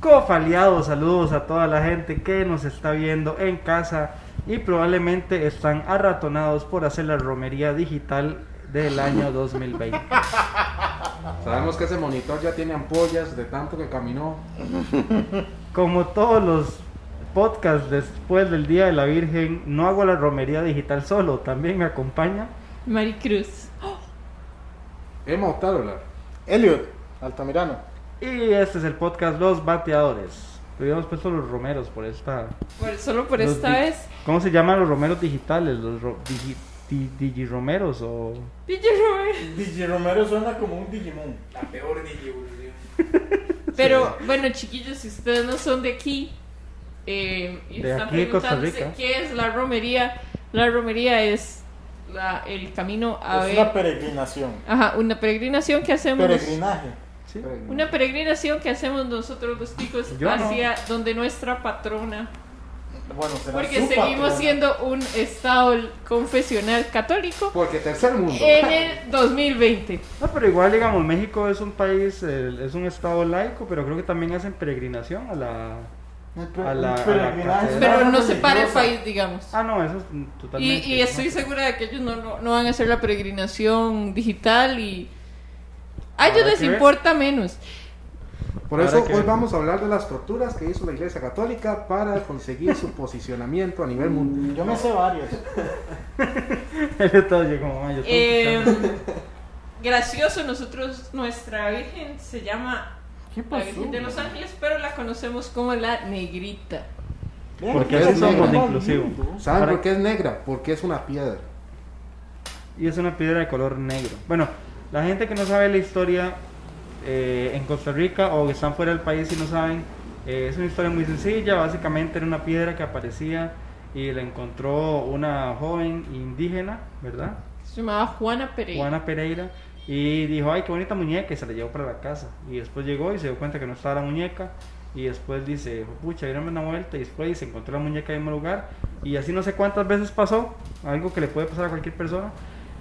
cofaleados. Saludos a toda la gente que nos está viendo en casa y probablemente están arratonados por hacer la romería digital del año 2020. Sabemos que ese monitor ya tiene ampollas de tanto que caminó. Como todos los podcasts después del Día de la Virgen, no hago la romería digital solo, también me acompaña. Maricruz. Emma Otárola. Elliot, Altamirano. Y este es el podcast Los Bateadores. Hubiéramos puesto los romeros por esta. Por- solo por los esta di- vez. ¿Cómo se llaman los romeros digitales? ¿Los ro- digi- di- digiromeros o.? Pinche Robert. DJ Romero suena como un Digimon. La peor digivolución. Pero bueno, chiquillos, si ustedes no son de aquí eh, y De están aquí de Costa preguntándose Rica. qué es la romería, la romería es la- el camino a es ver. una peregrinación. Ajá, una peregrinación que hacemos. Peregrinaje. Sí. Una peregrinación que hacemos nosotros los ticos Yo no. hacia donde nuestra patrona, Bueno, será porque su seguimos patrona. siendo un estado confesional católico Porque tercer mundo. en el 2020. No, pero igual, digamos, México es un país, eh, es un estado laico, pero creo que también hacen peregrinación a la. Un pe- a la- un a la peregrinaje. catedral. Pero no se para el religiosa. país, digamos. Ah, no, eso es Y, totalmente. y estoy segura de que ellos no, no, no van a hacer la peregrinación digital y a ellos Habrá les que ver. importa menos. Por Ahora eso que- hoy vamos a hablar de las torturas que hizo la Iglesia Católica para conseguir su posicionamiento a nivel mundial. Yo me sé varios. El estado llegó, "Mamá, yo estoy Eh, escuchando". gracioso, nosotros, nuestra Virgen se llama ¿Qué la Pues Virgen de los Ángeles, pero la conocemos como la negrita. Porque pues, es un hombre inclusivo. ¿Saben Para- por qué es negra? Porque es una piedra. y es una piedra de color negro. Bueno, la gente que no sabe la historia eh, en Costa Rica o que están fuera del país y no saben, eh, es una historia muy sencilla. Básicamente era una piedra que aparecía y la encontró una joven indígena, ¿verdad? Se llamaba Juana Pereira. Juana Pereira. Y dijo, ay, qué bonita muñeca, y se la llevó para la casa. Y después llegó y se dio cuenta que no estaba la muñeca. Y después dice, pucha, dieron una vuelta. Y después se encontró la muñeca en el mismo lugar. Y así no sé cuántas veces pasó, algo que le puede pasar a cualquier persona.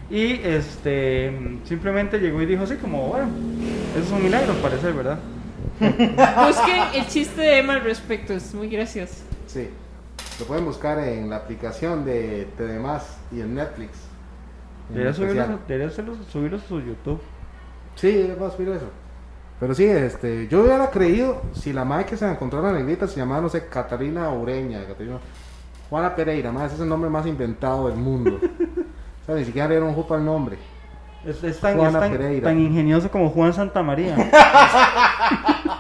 Y este, simplemente llegó y dijo así, como, bueno, eso es un milagro, al parecer, ¿verdad? Busquen el chiste de Emma al respecto, es muy gracioso. Sí. Lo pueden buscar en la aplicación de TDMás y en Netflix. En Debería especial. subirlo, debería hacerlo- subirlo a su YouTube. Sí, va a subir eso. Pero sí, este, yo hubiera creído si la madre que se encontró en la negrita se llamaba, no sé, Catarina Ureña, Catarina- Juana Pereira, más ese es el nombre más inventado del mundo. o sea, ni siquiera era un jupa el nombre. Es, es tan, Juana es tan- Pereira. tan ingenioso como Juan Santa María.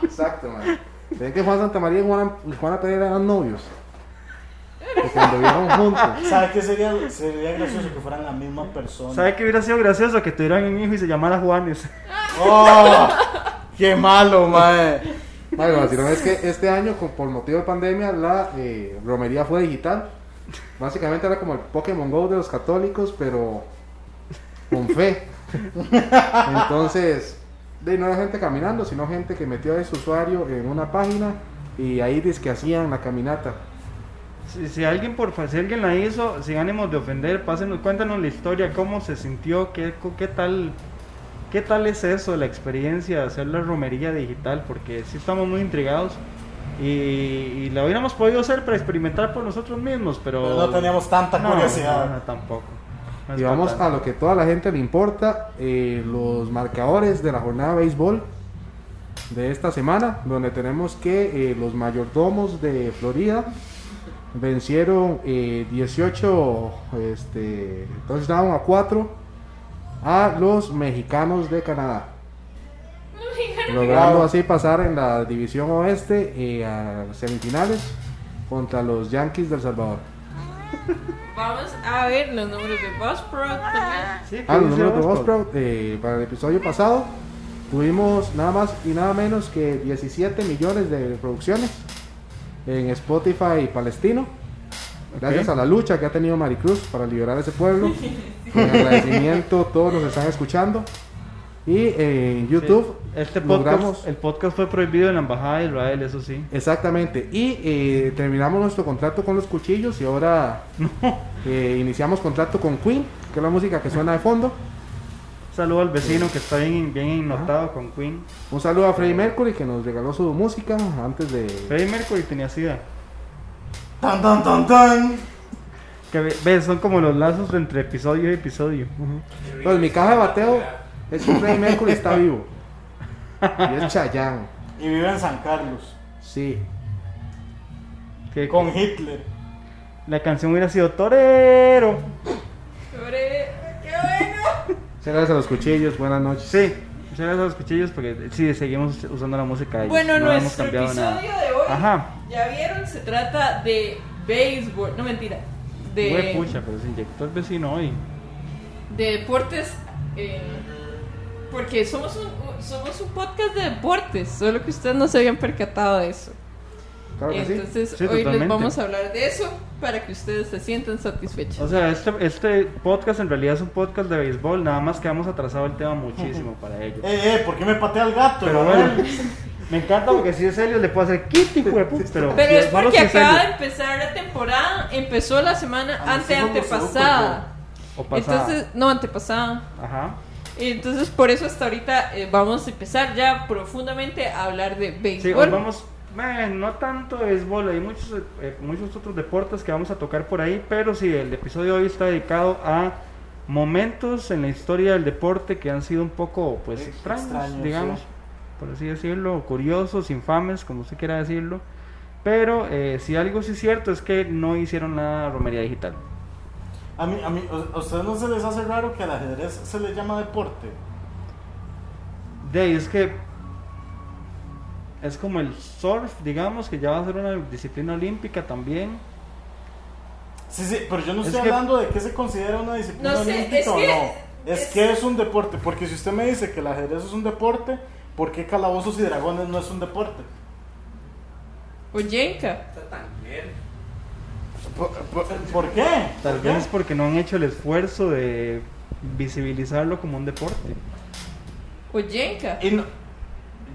Exacto, man. Ven que Juan Santa María y Juana, Juana Pereira eran novios. Que cuando vieron juntos. ¿Sabes qué sería, sería gracioso que fueran la misma persona? ¿Sabe qué hubiera sido gracioso? Que tuvieran un hijo y se llamara Juanes. ¡Oh! ¡Qué malo, mae! Bueno, la situación es que este año, con- por motivo de pandemia, la eh, romería fue digital. Básicamente era como el Pokémon Go de los católicos, pero con fe. Entonces, de, no era gente caminando, sino gente que metió a su usuario en una página y ahí dice que hacían la caminata. Si, si alguien por fa- si alguien la hizo, sin ánimos de ofender, pásenos, cuéntanos la historia, cómo se sintió, qué, co- qué tal, qué tal es eso, la experiencia de hacer la romería digital, porque sí estamos muy intrigados y, y la hubiéramos podido hacer para experimentar por nosotros mismos, pero, Pero no teníamos tanta No, curiosidad. no, no, tampoco. No es Y vamos para a tanto. lo que toda la gente le importa, eh, los marcadores de la jornada de béisbol de esta semana, donde tenemos que eh, los mayordomos de Florida vencieron eh, 18 este, touchdown a 4 a los mexicanos de Canadá, logrando Bravo. así pasar en la división oeste eh, a semifinales contra los Yankees del Salvador. Vamos a ver los números de Buzzsprout también. Sí, ¿qué Ah, los dice números de Oscar? Buzzsprout, eh, para el episodio pasado tuvimos nada más y nada menos que 17 millones de producciones en Spotify palestino. Gracias Ok. a la lucha que ha tenido Maricruz para liberar ese pueblo. En agradecimiento, todos nos están escuchando. Y eh, en YouTube Sí, Este podcast, logramos. el podcast fue prohibido en la embajada de Israel, eso sí. Exactamente. Y eh, terminamos nuestro contrato con los cuchillos y ahora eh, iniciamos contrato con Queen, que es la música que suena de fondo. Saludo al vecino que está bien, bien innotado con Queen. Un saludo a Eh. Freddie Mercury que nos regaló su música antes de. Freddie Mercury tenía sida. Tan, tan, tan, tan. Que ve- ves, son como los lazos de entre episodio y episodio. Pues mi caja de bateo es que Freddie Mercury está vivo. Y es Chayanne. Y vive en San Carlos. Sí. Que Con Hitler. la canción hubiera sido Torero. Sobre- ¡Qué bueno! Muchas gracias a los cuchillos, buenas noches. Sí, muchas gracias a los cuchillos porque sí, seguimos usando la música de ellos, Bueno, no hemos nuestro cambiado episodio nada. de hoy, Ajá. ya vieron, se trata de béisbol, no mentira, de, Huepucha, pero pues, se inyectó el vecino hoy. de deportes, eh, porque somos un, somos un podcast de deportes, solo que ustedes no se habían percatado de eso. Claro que sí. Entonces Sí, hoy totalmente. les vamos a hablar de eso para que ustedes se sientan satisfechos. O sea, este, este podcast en realidad es un podcast de béisbol, nada más que hemos atrasado el tema muchísimo para ellos. Eh, eh, ¿por qué me patea el gato? Pero Manuel? bueno, me encanta porque si es Helios le puedo hacer kitty, huepu, pero, pero si es Osvaldo, porque si es Helios. acaba de empezar la temporada, empezó la semana Ah, A ante nosotros nos antepasada. O pasada. Entonces, no, antepasada. Ajá. Entonces, por eso hasta ahorita eh, vamos a empezar ya profundamente a hablar de Sí, béisbol. hoy vamos, meh, no tanto de béisbol, hay muchos, eh, muchos otros deportes que vamos a tocar por ahí, pero sí, el episodio de hoy está dedicado a momentos en la historia del deporte que han sido un poco, pues, Ex- extraños, extraños, digamos, sí. por así decirlo, curiosos, infames, como usted quiera decirlo, pero eh, si algo sí es cierto es que no hicieron nada romería digital. A mí, a mí, ¿a ustedes no se les hace raro que al ajedrez se le llama deporte? De ahí es que es como el surf, digamos, que ya va a ser una disciplina olímpica también. Sí, sí, pero yo no Es estoy que- hablando de qué se considera una disciplina No sé, olímpica es o que- no. Es, es- que es un deporte, porque si usted me dice que el ajedrez es un deporte, ¿por qué calabozos y dragones no es un deporte? O Yenka. Está tan bien. ¿Por, por- por qué? Tal ¿Por qué? vez es porque no han hecho el esfuerzo de visibilizarlo como un deporte. O Yenka. Y no-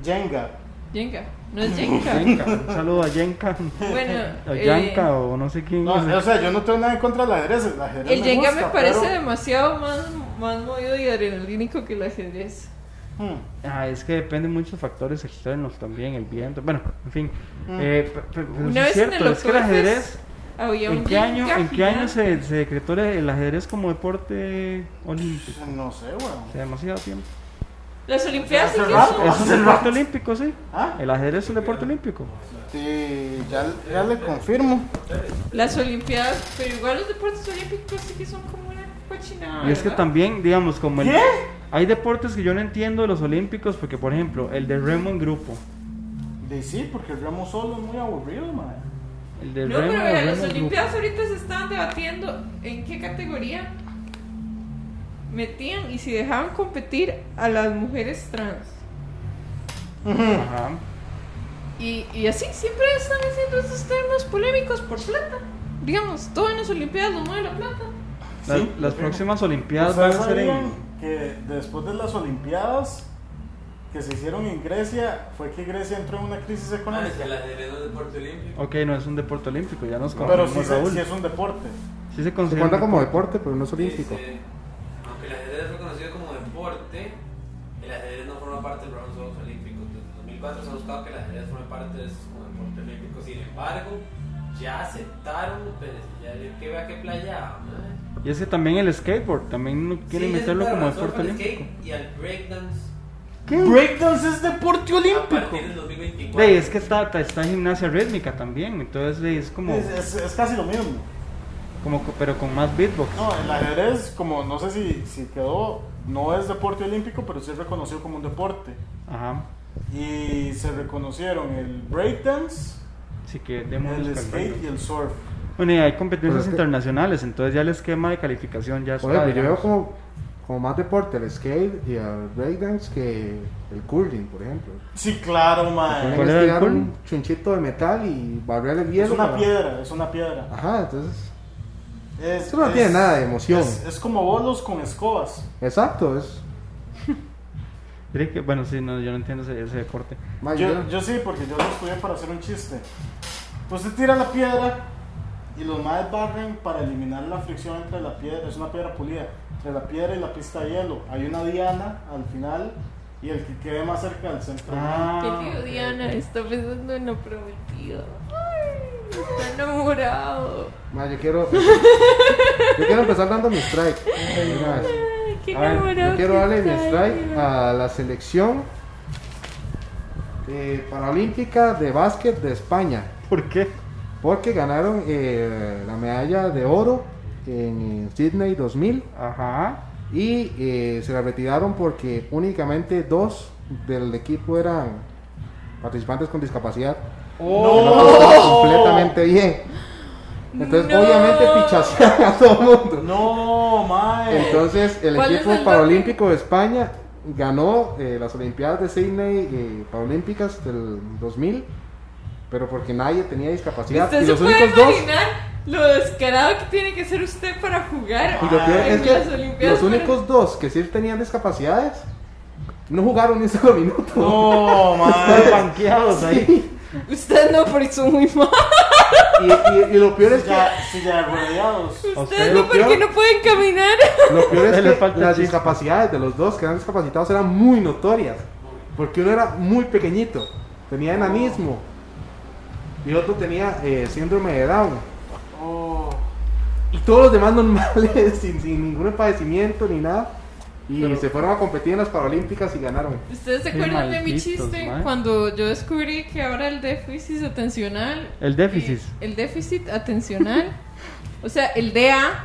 Jenga. Yenka. No es Yenka. Yenka, un saludo a Yenka, bueno, a eh, Yanka o no sé quién. No, es. o sea, yo no tengo nada en contra del ajedrez. El ajedrez el me Yenka me gusta, parece pero- demasiado más, más movido y adrenalínico que el ajedrez. Hmm. Ah, es que depende muchos factores externos también, el viento. Bueno, en fin. Mm. Eh, pe- pe- pero Una sí vez es cierto, en el es que el Oktoberfest ajedrez. Había un ¿En qué año, Yenka ¿en qué año gigante. se, se decretó el- el ajedrez como deporte olímpico? pues, No sé, weón. Hace demasiado tiempo. Las Olimpiadas Hace sí que rato. son- Es un Hace deporte rato. olímpico, sí. ¿Ah? El ajedrez es un deporte olímpico. Sí, ya, ya le confirmo. Las Olimpiadas, pero igual los deportes olímpicos sí que son como una cochinada. Y es que ¿verdad? también, digamos, como el... ¿Qué? Hay deportes que yo no entiendo de los olímpicos, porque por ejemplo, el de remo en grupo. De sí, porque el ramo solo es muy aburrido, man. El de No, remo, pero el vean, remo las en grupo. Olimpiadas ahorita se estaban debatiendo en qué categoría metían y si dejaban competir a las mujeres trans. Ajá. Y, y así siempre están haciendo estos temas polémicos por plata. Digamos, todo en las Olimpiadas lo mueve la plata. La- Sí, las sí. próximas Olimpiadas van a ¿Ustedes ser sabían en... que después de las Olimpiadas que se hicieron en Grecia, fue que Grecia entró en una crisis Ah, es que económica? el ajedrez es deporte olímpico. Ok, no es un deporte olímpico, ya nos Pero confirmó sí, se- Raúl. sí es un deporte. Sí se Se considera cuenta un como deporte. deporte, pero no es olímpico. Dice, Este, aunque el ajedrez es reconocido como deporte, el ajedrez no forma parte del programa de Juegos Olímpicos. Desde 2004 se ha buscado que el ajedrez forme parte de estos como deporte olímpico. Sin embargo, ya aceptaron, pero ya ya que vea qué playa. madre. Y es que también el skateboard, también no quieren Sí, esa meterlo es la como razón deporte por el olímpico. skate Y al breakdance Breakdance es deporte a partir del olímpico. 2024. Ve, es que está, está, está gimnasia rítmica también, entonces ve, es como, Es, es- es casi lo mismo. como co- pero con más beatbox. No, el ajedrez, como no sé si, si quedó, no es deporte olímpico, pero sí es reconocido como un deporte. Ajá. Y se reconocieron el breakdance, Así que demos el buscar skate y breakdance. el surf. Bueno, y hay competencias Pues es que- internacionales, entonces ya el esquema de calificación ya está. Por ejemplo, pues, yo veo digamos. como, como más deporte al skate y al breakdance que el curling, por ejemplo. Sí, claro, Tienen man. ¿Cuál era que el estirar un curling? chunchito de metal y barrer el hielo. Es una para- piedra, es una piedra. Ajá, entonces. Es- Eso no es- tiene nada de emoción. Es, es como bolos con escobas. Exacto, es. Diré que- Bueno, sí, no, yo no entiendo ese, ese deporte. ma, Yo, yo- yo sí, porque yo lo estudié para hacer un chiste. Usted tira la piedra y los maes barren para eliminar la fricción entre la piedra. Es una piedra pulida. entre la piedra y la pista de hielo. Hay una diana al final y el que quede más cerca del centro. Ah, Qué tío ok, Diana está pensando en lo prometido. Ay, Está enamorado. Ma, yo quiero. yo quiero empezar dando mi strike. de una vez. Ay, qué A ver, enamorado. yo quiero que darle mi está, strike tío. a la selección eh, paralímpica de básquet de España. ¿Por qué? Porque ganaron eh, la medalla de oro en Sydney 2000 Ajá. y eh, se la retiraron porque únicamente dos del equipo eran participantes con discapacidad. ¡Oh! No, completamente bien. Ah, Entonces, No. obviamente, pichasean a todo el mundo. No, mae. Entonces, el ¿Cuál equipo es el paralímpico de España ganó eh, las Olimpiadas de Sydney eh, Paralímpicas del 2000, pero porque nadie tenía discapacidad. ¿Usted Y se los puede únicos dos. imaginar lo descarado que tiene que ser usted para jugar? y lo peor en es las que Olimpiadas los para- únicos dos que sí tenían discapacidades no jugaron ni un solo minuto. No, Están mae. banqueados ahí. Usted no, porque son muy mal. Y, y- y lo peor es Si que, ya, si ya rodeados. usted Usted lo no, porque peor- no pueden caminar. lo peor es Le que falta las chispa. discapacidades de los dos que eran discapacitados eran muy notorias. Porque uno era muy pequeñito, tenía enanismo. Y el otro tenía eh, síndrome de Down. Oh. Y todos los demás normales, sin, sin ningún padecimiento ni nada. Y Pero- se fueron a competir en las Paralímpicas y ganaron. ¿Ustedes se Qué acuerdan de mi malditos, chiste mae. cuando yo descubrí que ahora el déficit atencional... El déficit. eh, el déficit atencional, o sea, el DA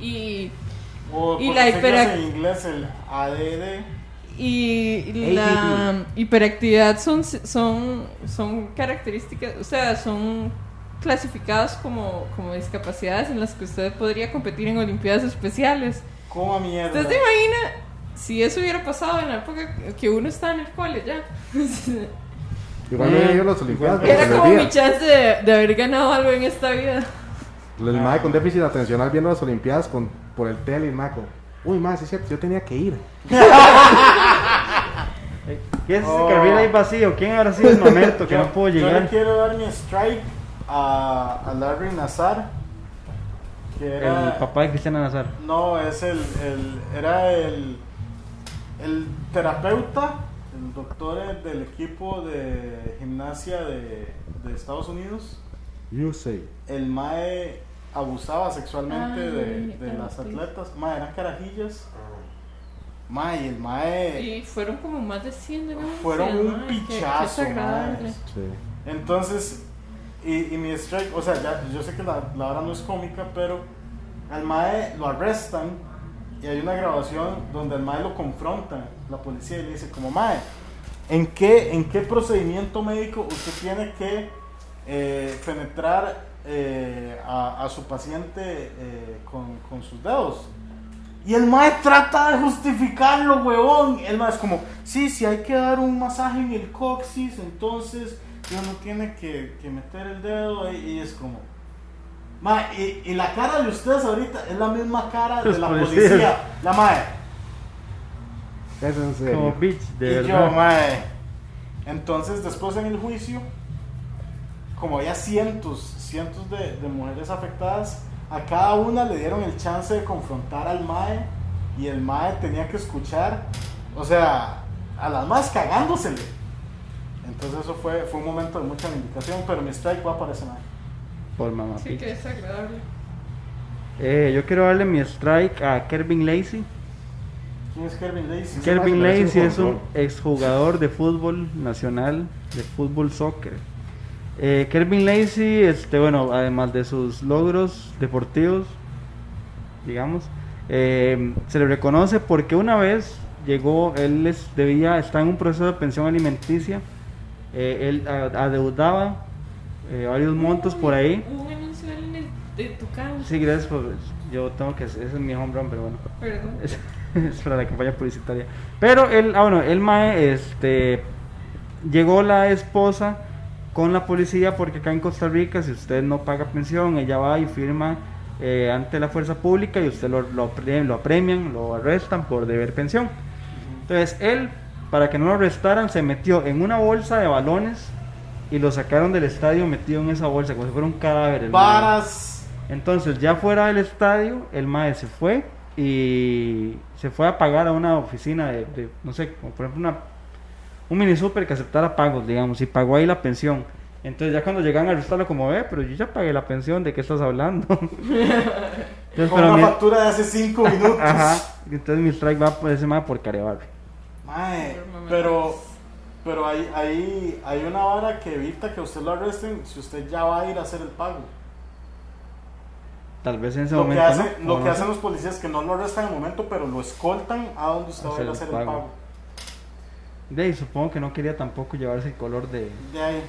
y, O Y por la las siglas hiperac- en inglés el ADD. y la hiperactividad son, son, son características, o sea, son clasificadas como, como discapacidades en las que usted podría competir en Olimpiadas Especiales. Coma mierda. ¿Usted se imagina si eso hubiera pasado en la época que uno estaba en el cole ya? Igual Eh, no ellos las Olimpiadas. porque Era se les como olvida. mi chance de, de haber ganado algo en esta vida. El mae con déficit atencional viendo las Olimpiadas con, por el tele y el maco. Uy, mae, sí es cierto, yo tenía que ir. Eh, ¿Qué es ese Oh. carril ahí vacío? ¿Quién habrá sido el momento que no puedo Yo le llegar? quiero dar mi strike a, a Larry Nazar. Que era. El papá de Cristiana Nazar. No, es el, el- Era el. El terapeuta, el doctor del equipo de gimnasia de, de Estados Unidos. You say. El MAE abusaba sexualmente Ay, de, de las ok. atletas. MAE eran carajillas. MAE, y el MAE. Y fueron como más de 100 ganancias, Fueron un mae, qué- qué pichazo, desagradable. mae. Sí. Entonces, y, y mi strike, o sea, ya- yo sé que la, la hora no es cómica, pero al mae lo arrestan y hay una grabación donde al mae lo confronta la policía y le dice como mae, ¿en qué, en qué procedimiento médico usted tiene que eh, penetrar eh, a, a su paciente eh, con, con sus dedos? Y el mae trata de justificarlo, huevón. El mae es como, sí, sí, hay que dar un masaje en el coxis, entonces uno tiene que, que meter el dedo ahí. Y es como, mae, y, y la cara de ustedes ahorita es la misma cara de Los la policías. policía. La mae. Es en serio. Como bitch, de y yo, verdad. mae. Entonces, después en el juicio, como había cientos, cientos de, de mujeres afectadas, a cada una le dieron el chance de confrontar al mae y el mae tenía que escuchar, o sea, a las más cagándosele. Entonces, eso fue, fue un momento de mucha vindicación, pero mi strike va para ese mae. Por mamá Sí, qué desagradable. Eh, yo quiero darle mi strike a Kervin Lacey. ¿Quién es Kevin Lacey? ¿Qué? Kervin parece un Lacey es un control. exjugador de fútbol nacional, de fútbol soccer. Eh, Kervin Lacey, este, bueno, además de sus logros deportivos, digamos, eh, se le reconoce porque una vez llegó, él les debía, está en un proceso de pensión alimenticia, eh, él a- adeudaba eh, varios montos por ahí. Hubo un anuncio en el, de tu casa. Sí, gracias por, yo tengo que, ese es mi home run, pero bueno. Perdón. Es, es para la campaña publicitaria. Pero él, ah, bueno, el mae, este, llegó la esposa con la policía porque acá en Costa Rica, si usted no paga pensión, ella va y firma eh, ante la fuerza pública y usted lo, lo, apre- lo apremian, lo arrestan por deber pensión. Entonces él, para que no lo arrestaran, se metió en una bolsa de balones y lo sacaron del estadio metido en esa bolsa, como si fuera un cadáver. el mae. Varas. Entonces, ya fuera del estadio, el mae se fue, y se fue a pagar a una oficina de, de, no sé, como por ejemplo, una, un mini super que aceptara pagos, digamos, y pagó ahí la pensión. Entonces ya cuando llegan a arrestarlo como, ve, pero yo ya pagué la pensión, ¿de qué estás hablando? Entonces, Con una mi- factura de hace 5 minutos. Pues Ajá, entonces mi strike va por ese más por Carebarbe. Mae, pero, pero hay, hay, hay una vara que evita que usted lo arresten si usted ya va a ir a hacer el pago. Tal vez en ese Lo que, momento, hace- ¿no? lo O que no hacen sé. los policías es que no lo arrestan al momento, pero lo escoltan a donde usted va a ir a hacer el pago. De ahí, supongo que no quería tampoco llevarse el color de... De ahí.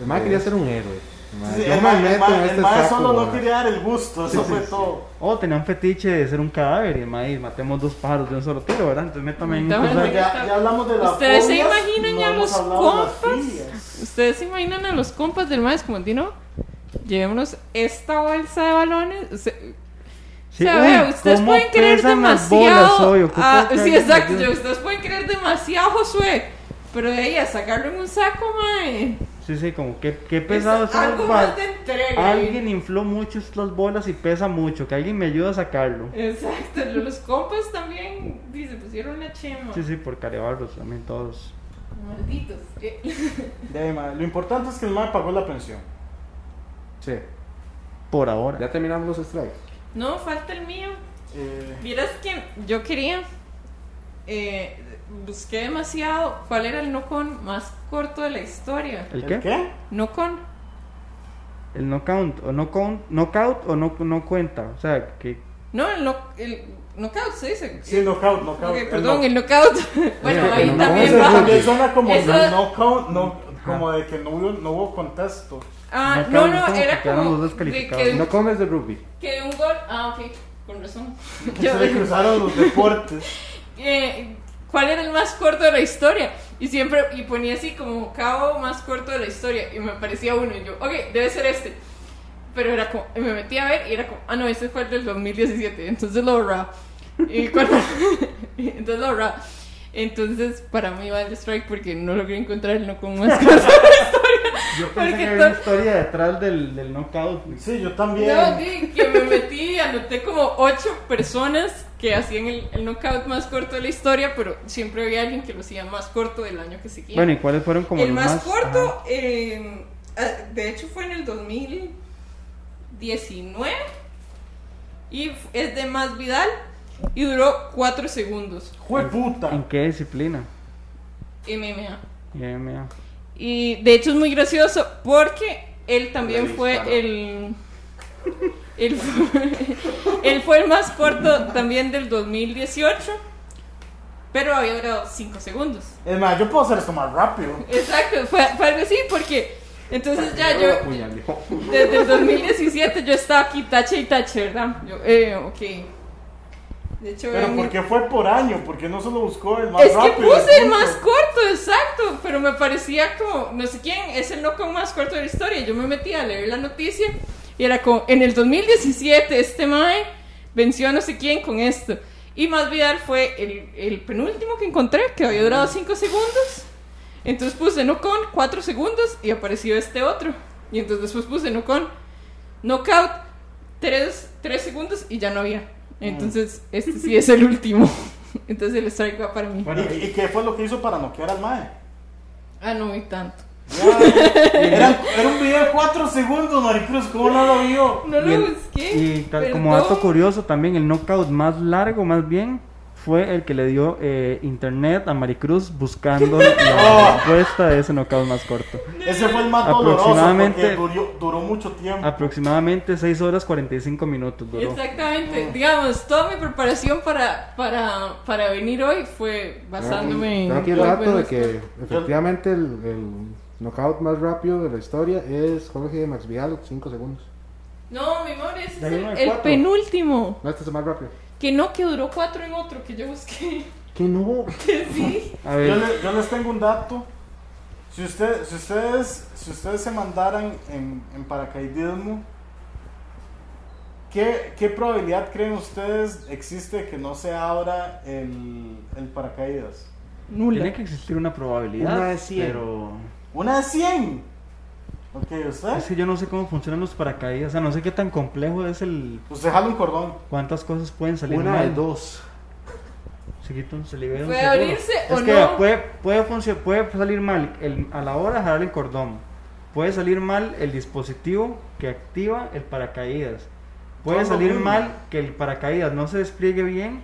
El mae quería ser un héroe. El mae, Sí, yo me el ma- el meto ma- en el este ma saco, solo no mae. quería dar el gusto, eso Sí, fue sí, sí. todo. Oh, tenía un fetiche de ser un cadáver y maíz, matemos dos pájaros de un solo tiro, ¿verdad? Entonces métame en un Métame en costal. el- Ya, ya hablamos de las ¿Ustedes se fobias, imaginan no ya hemos los hablado de las compas? filias. ¿Ustedes se imaginan a los compas del maestro como Dino? Llevémonos esta bolsa de balones. o sea, Sí, o sea, uy, vea, ustedes ¿cómo pueden creer pesan las bolas demasiado. hoy? Ocupo ah, que sí, alguien me exacto. ayude. yo, ustedes pueden creer demasiado, Josué. Pero de ahí a sacarlo en un saco, mae. Sí, sí, como que, qué es pesado es Algo algo, más ma- de entrega. ahí. Alguien infló mucho estas bolas y pesa mucho, que alguien me ayude a sacarlo. Exacto. Los compas también dice, pusieron la chema. Sí, sí, por carebarros también todos. Malditos. Eh, De ahí, ma, Lo importante es que el mae pagó la pensión. Sí. Por ahora. Ya terminamos los strikes. No, falta el mío. Eh, Vieras que yo quería. eh, busqué demasiado cuál era el no con más corto de la historia. ¿El qué? No con. El no count, o no count, knockout o no, no cuenta. O sea, que No, el, no, el knockout se dice. Sí, knockout, Ok, knockout. el perdón, knock- el knockout. bueno, Oye, ahí pero no, también ese Eso es va. el- también suena como Eso- no- knockout, no, como de que no hubo, no hubo contexto. Ah, Knockout, no, es no, como era que quedaron como. los dos De calificados. que, No comes de rugby. que de un gol. Ah, ok, con razón. Que se le cruzaron los deportes. eh, cuál era el más corto de la historia. Y siempre, y ponía así como cabo más corto de la historia. Y me aparecía uno. Y yo, ok, debe ser este. Pero era como, y me metí a ver y era como, ah, no, este fue el del 2017. Entonces lo borraba. Y cuando- entonces lo borraba. Entonces para mí va el strike porque no logré encontrar el no con más corto. yo Porque pensé que había una to- historia detrás del, del knockout. Sí, yo también. No, sí, que me metí y anoté como ocho personas que hacían el, el knockout más corto de la historia, pero siempre había alguien que lo hacía más corto del año que seguía. Bueno, ¿y cuáles fueron como el los más, más corto, eh, ah, de hecho, fue en el 2019 y f- es de Más Vidal y duró 4 segundos. Jue puta. Ajá. ¿En qué disciplina? MMA. Ya, mira. Y de hecho es muy gracioso porque él también Le disparó. fue el. Él fue, él fue el más corto también del 2018, pero había durado 5 segundos. Es más, yo puedo hacer esto más rápido. Exacto, fue, fue algo así porque. Ah, Entonces ya Yo lo yo, apuñalé. Desde el 2017 yo estaba aquí tache y tache, ¿verdad? Yo, eh, ok. De hecho, Pero en- porque fue por año, porque no solo buscó el más es que rápido. puse el punto. más corto, exacto, pero me parecía como, no sé quién, es el loco más corto de la historia. Yo me metí a leer la noticia y era como, en el 2017 este Mae venció a no sé quién con esto. Y más Vidal fue el, el penúltimo que encontré, que había durado 5 segundos. Entonces puse no con 4 segundos y apareció este otro. Y entonces después puse no con knockout 3, segundos y ya no había. Entonces este sí es el último. Entonces el strike va para mí. Bueno, ¿Y, y qué fue lo que hizo para noquear al mae? Ah, no vi tanto. Ya, era, era un video de 4 segundos, Maricruz, ¿cómo no lo vio? No Y lo el- busqué. Y tal perdón. como dato curioso también, el knockout más largo, más bien, fue el que le dio eh, internet a Maricruz buscando la respuesta de ese knockout más corto. Ese fue el más doloroso porque Aproximadamente- duró, duró mucho tiempo. Aproximadamente 6 horas 45 minutos duró. Exactamente. Digamos, toda mi preparación para, para, para venir hoy fue Ah, basándome en. Tengo aquí el Yo- dato de bueno, que efectivamente el, el knockout más rápido de la historia es Jorge Maxvidal, 5 segundos. No, mi amor, ese es Ya el, vino de el cuatro. penúltimo. No, este es el más rápido. Que no, que duró cuatro en otro que yo busqué. ¿Qué no? Que sí. A Yo, ver, le- yo les tengo un dato. Si, usted, si, ustedes, si ustedes se mandaran en, en paracaidismo, ¿qué, qué probabilidad creen ustedes existe de que no se abra el, el paracaídas? tiene Nula. que existir una probabilidad, Una de cien. pero ¡Una de 100! Ok, ¿usted? Es que yo no sé cómo funcionan los paracaídas, o sea, no sé qué tan complejo es el. Usted jala un cordón. cuántas cosas pueden salir Una de mal. dos. Se quita un- se le ve un ¿Puede seguro. abrirse es o que no? puede, puede, funcio- puede salir mal el- a la hora de jalar el cordón. Puede salir mal el dispositivo que activa el paracaídas. Puede Todo lo salir mismo. mal que el paracaídas no se despliegue bien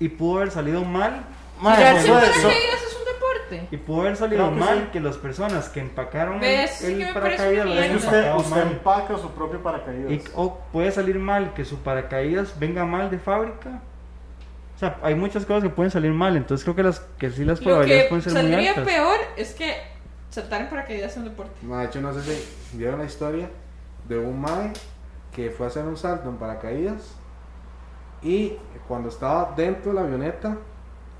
y pudo haber salido mal Mae, Tirarse en eso- eso- paracaídas es un deporte. y pudo haber salido Creo que mal sí. que las personas que empacaron Ve, el, eso sí el que me parece paracaídas una lo Es que hayan mierda. usted, empacado usted mal. empaca su propio Y- paracaídas. o puede salir mal que su paracaídas venga mal de fábrica. O sea, hay muchas cosas que pueden salir mal, entonces creo que las que sí las Lo probabilidades que pueden ser muy saldría altas. peor es que saltar en paracaídas es un deporte. Ma, de hecho, no sé si vieron la historia de un mae que fue a hacer un salto en paracaídas y cuando estaba dentro de la avioneta,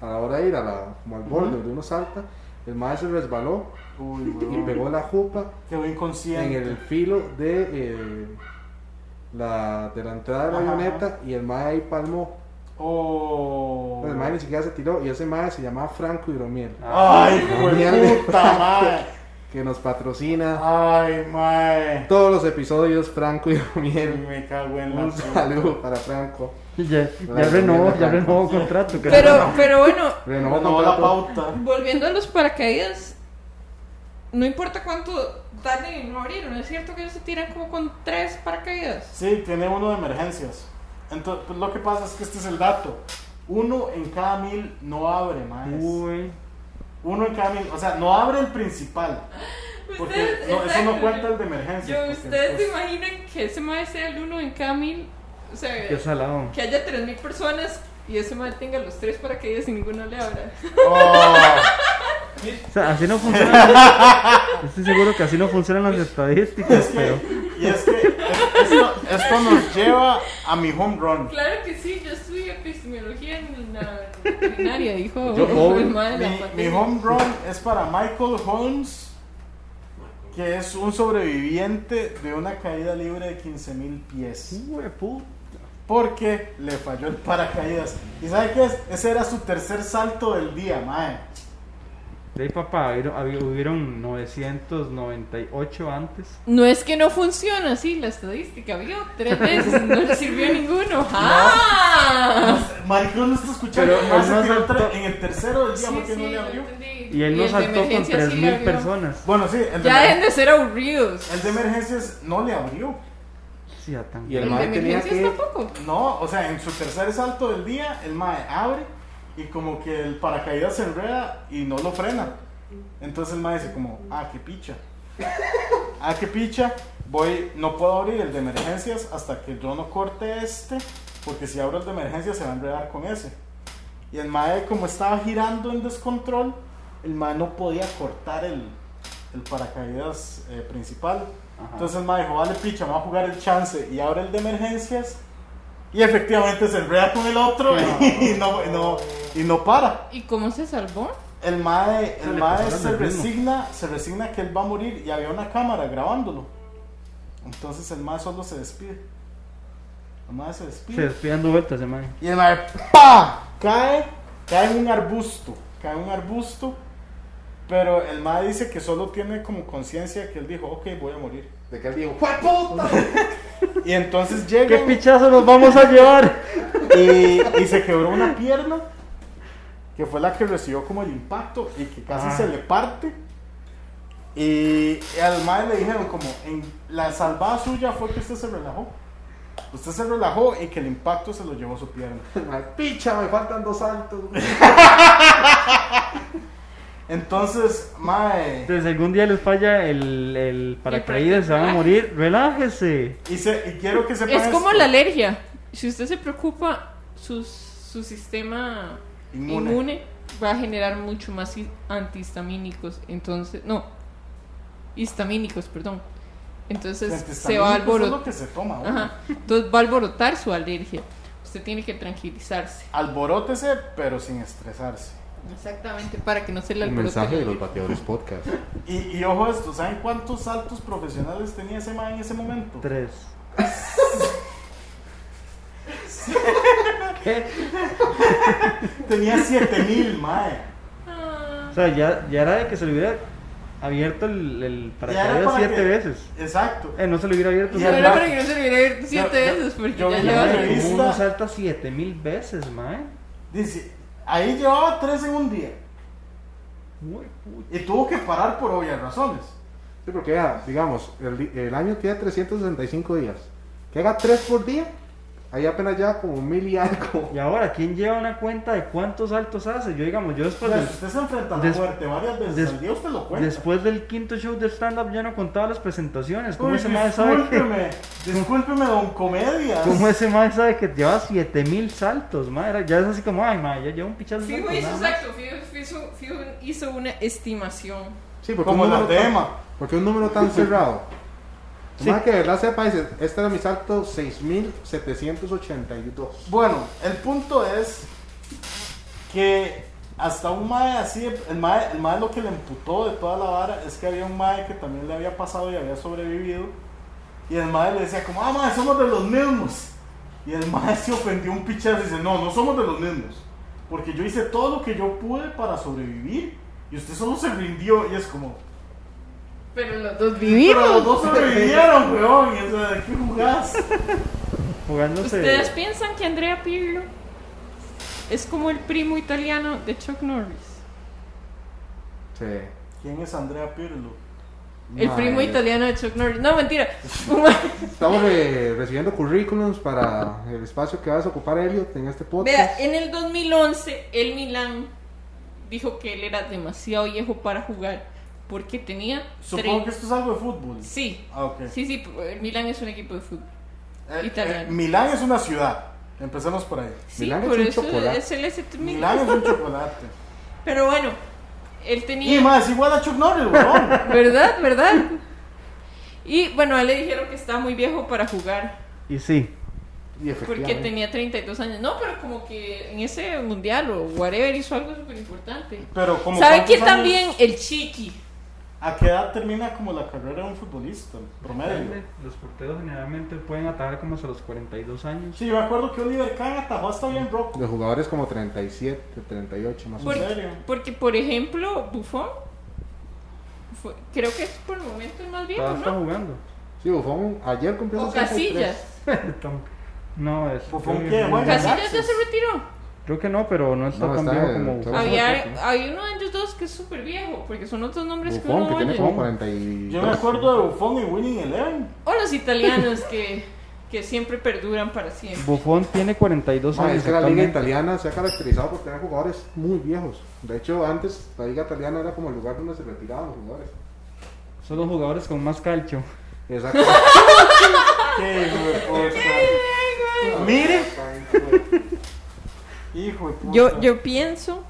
a la hora de ir a la, como al borde donde uno salta, el mae se resbaló Uy, oh, y weón. pegó la jupa Quedó en inconsciente. el filo de, eh, la, de la entrada de la Ajá, avioneta y el mae ahí palmó. Oh. El mae ni siquiera se tiró y ese mae se llamaba Franco Hidromiel, Ay, Ah, güey, mierda. puta madre. que nos patrocina Ay, mae. todos los episodios Franco Hidromiel. Me cago en la Un saludo para Franco. Ya, ya Ay, renovó, mierda. ya renovó contrato. que Pero, pero bueno, Renovó No la contrato. pauta. volviendo a los paracaídas, no importa cuánto tarden en no abrir, ¿no es cierto que ellos se tiran como con tres paracaídas? Sí, tiene uno de emergencias. Entonces, pues, lo que pasa es que este es el dato. Uno en cada mil no abre, más. Uy, Uno en cada mil. O sea, no abre el principal. Porque Ustedes- no, eso exacto, no cuenta el de yo- emergencias. yo- porque, ¿Ustedes se pues, imaginan que ese mae sea el uno en cada mil? O sea, qué salado. que haya tres mil personas y ese mae tenga los tres paracaídas y ninguno le abra. oh. O sea, así no funcionan. Estoy seguro que así no funcionan las estadísticas, pero Y es que es- esto, esto nos lleva a mi home run. Claro que sí, yo estudié epistemología en la veterinaria, dijo Yo, oh, el mae de la Mi, mi pandemia. home run es para Michael Holmes, que es un sobreviviente de una caída libre de 15.000 pies. Uy, puta. Porque le falló el paracaídas. ¿Y sabe qué es? Ese era su tercer salto del día, mae. De ahí, papá, hubieron- había- hubieron 998 antes. No es que no funciona así la estadística, vio, tres veces, no le sirvió a ninguno. ¡Ah! Maricruz no está escuchando. Pero mae, él se no tiró saltó. tre- en el tercero del día, Sí, porque sí, no le lo abrió? entendí. Y él el no de saltó con emergencia sí le 3.000 abrió. personas. Bueno, sí, el de, Ya dejen de ser aburridos. el de emergencias no le abrió. Sí, ya tan- Y el El de mae tenía emergencias que. tampoco. No, o sea, en su tercer salto del día, el mae abre y como que el paracaídas se enreda y no lo frena. Entonces el mae dice como, ah, qué picha. Ah, qué picha. Voy, no puedo abrir el de emergencias hasta que yo no corte este, porque si abro el de emergencias se va a enredar con ese. Y el mae, como estaba girando en descontrol, el mae no podía cortar el, el paracaídas eh, principal. Ajá. Entonces el mae dijo, vale picha, me va a jugar el chance y abre el de emergencias. Y efectivamente se enreda con el otro y, no, no- y no para. ¿Y cómo se salvó? El mae, Se el le mae pasaron se el ritmo. resigna, se resigna que él va a morir y había una cámara grabándolo. Entonces el mae solo se despide. El mae se Se despide. despide dando vueltas, ese mae. Y el mae ¡pa! cae, cae en un arbusto, cae en un arbusto. Pero el mae dice que solo tiene como conciencia que él dijo, ok, voy a morir. De que él dijo, ¡Fue puta! Y entonces ¡Qué llega pichazo nos vamos a llevar! y, y se quebró una pierna que fue la que recibió como el impacto y que casi Ah. se le parte y, y al mae le dijeron como en la salvada suya fue que usted se relajó usted se relajó y que el impacto se lo llevó su pierna El mae, ¡Picha! Me faltan dos saltos. entonces mae Entonces, si algún día les falla el, el paracaídas, se van a morir. Relájese. y, se- y quiero que sepan Es como esto. la alergia. Si usted se preocupa, sus- su sistema Inmune. inmune. va a generar mucho más hi- antihistamínicos, entonces, no, histamínicos, perdón. Entonces pues, se va a Antihistamínicos es alborotar, lo que se toma uno. entonces va a alborotar su alergia. Usted tiene que tranquilizarse. alborótese pero sin estresarse Exactamente, para que no se le alborote. la alergia. bateadores podcast. y, y ojo a esto ¿saben cuántos saltos profesionales tenía ese mae en ese momento? Tres. ¿Qué? Tenía 7000, mae. Ah. O sea, ya, ya era de que se le hubiera abierto el, el Ya era paracaídas para siete que- veces. Exacto. Eh, no se lo hubiera abierto. o Y Yo sea, el era ma- para que no se lo hubiera abierto siete yo- veces porque yo ya vi la lleva- madre, revista. uno salta siete mil veces, mae. Dice, ahí llevaba tres en un día. Uy, puta. Y tuvo que parar por obvias razones. Sí, porque ya, digamos, el, di- el año tiene 365 días. Que haga 3 por día, ahí apenas ya como mil y algo. Y ahora, ¿quién lleva una cuenta de cuántos saltos hace? Yo, digamos, yo O después sea, del, si usted se enfrenta a la des- muerte varias veces des- al día, usted lo cuenta. después del quinto show de stand-up ya no contaba las presentaciones. ¿Cómo Uy, ese mae sabe que, discúlpeme, discúlpeme, don Comedia. ¿Cómo ese mae sabe que lleva 7000 saltos, mae? Era- Ya es así como, ay, mae, ya lleva un pichazo. de Fijo saltos, hizo, nada más. exacto, fijo, fijo- fijo hizo una estimación. Sí, porque Como un la número tan- tema. porque un número tan cerrado. Sí. Más que de verdad sepa, dice, este era mi salto 6782. Bueno, el punto es que hasta un mae así, el mae, el mae lo que le emputó de toda la vara es que había un mae que también le había pasado y había sobrevivido. Y el mae le decía como, ah, mae, somos de los mismos. Y el mae se ofendió un pichazo y dice, no, no somos de los mismos. Porque yo hice todo lo que yo pude para sobrevivir y usted solo se rindió y es como... Pero los dos Pero los vivimos. dos sobrevivieron, weón. Y eso, ¿de qué jugás? Jugándose. ¿Ustedes piensan que Andrea Pirlo es como el primo italiano de Chuck Norris? Sí. ¿Quién es Andrea Pirlo? El Mae, primo italiano de Chuck Norris. No, mentira. Un ma- Estamos eh, recibiendo currículums para el espacio que vas a ocupar, Elliot, en este podcast. Vea, eh, en el 2011 el Milan dijo que él era demasiado viejo para jugar porque tenía Supongo tre- que esto es algo de fútbol. Sí, Ah, ok. sí, sí, el Milan es un equipo de fútbol. Eh, Italiano. eh, Milán es una ciudad. Empecemos por ahí. Sí, Milán es por un eso chocolate. es el ST Milán Milan. es un chocolate. Pero bueno, él tenía... Y más, igual a Chuck Norris, weón. ¿Verdad? ¿Verdad? Y bueno, a él le dijeron que estaba muy viejo para jugar Y sí. Y porque efectivamente. tenía 32 años. No, pero como que en ese mundial o whatever hizo algo súper importante. Pero como ¿Saben cuántos quién años- también? El Chiqui. ¿A qué edad termina como la carrera de un futbolista? Promedio. Los porteros generalmente pueden atajar como hasta los 42 años. Sí, yo me acuerdo que Oliver Kahn atajó hasta bien roco. De jugadores como 37, 38 más o Por- menos. Porque, serio? porque, por ejemplo, Buffon fue- creo que es por el momento el más viejo, Ah, pues, Todavía está ¿no? jugando. Sí, Bufón ayer cumplió O 63. Casillas. no, es. Pues fue un creo qué, que- bueno. Casillas ya se retiró. Creo que no, pero no está No, tan está viejo el- como todo- Buffon. Había, hay uno de ellos dos que es súper viejo, porque son otros nombres que Bufón, uno que tiene oye. como 40 y... Yo me acuerdo de Buffon y Winning Eleven. O los italianos que, que siempre perduran para siempre. Buffon tiene 42 Ma, años. Ah, es que la liga actualmente. italiana se ha caracterizado por tener jugadores muy viejos. De hecho, antes la liga italiana era como el lugar donde se retiraban los jugadores. Son los jugadores con más calcio. Exacto. Qué hijo de puta. Mire. Hijo de puta. Yo, yo pienso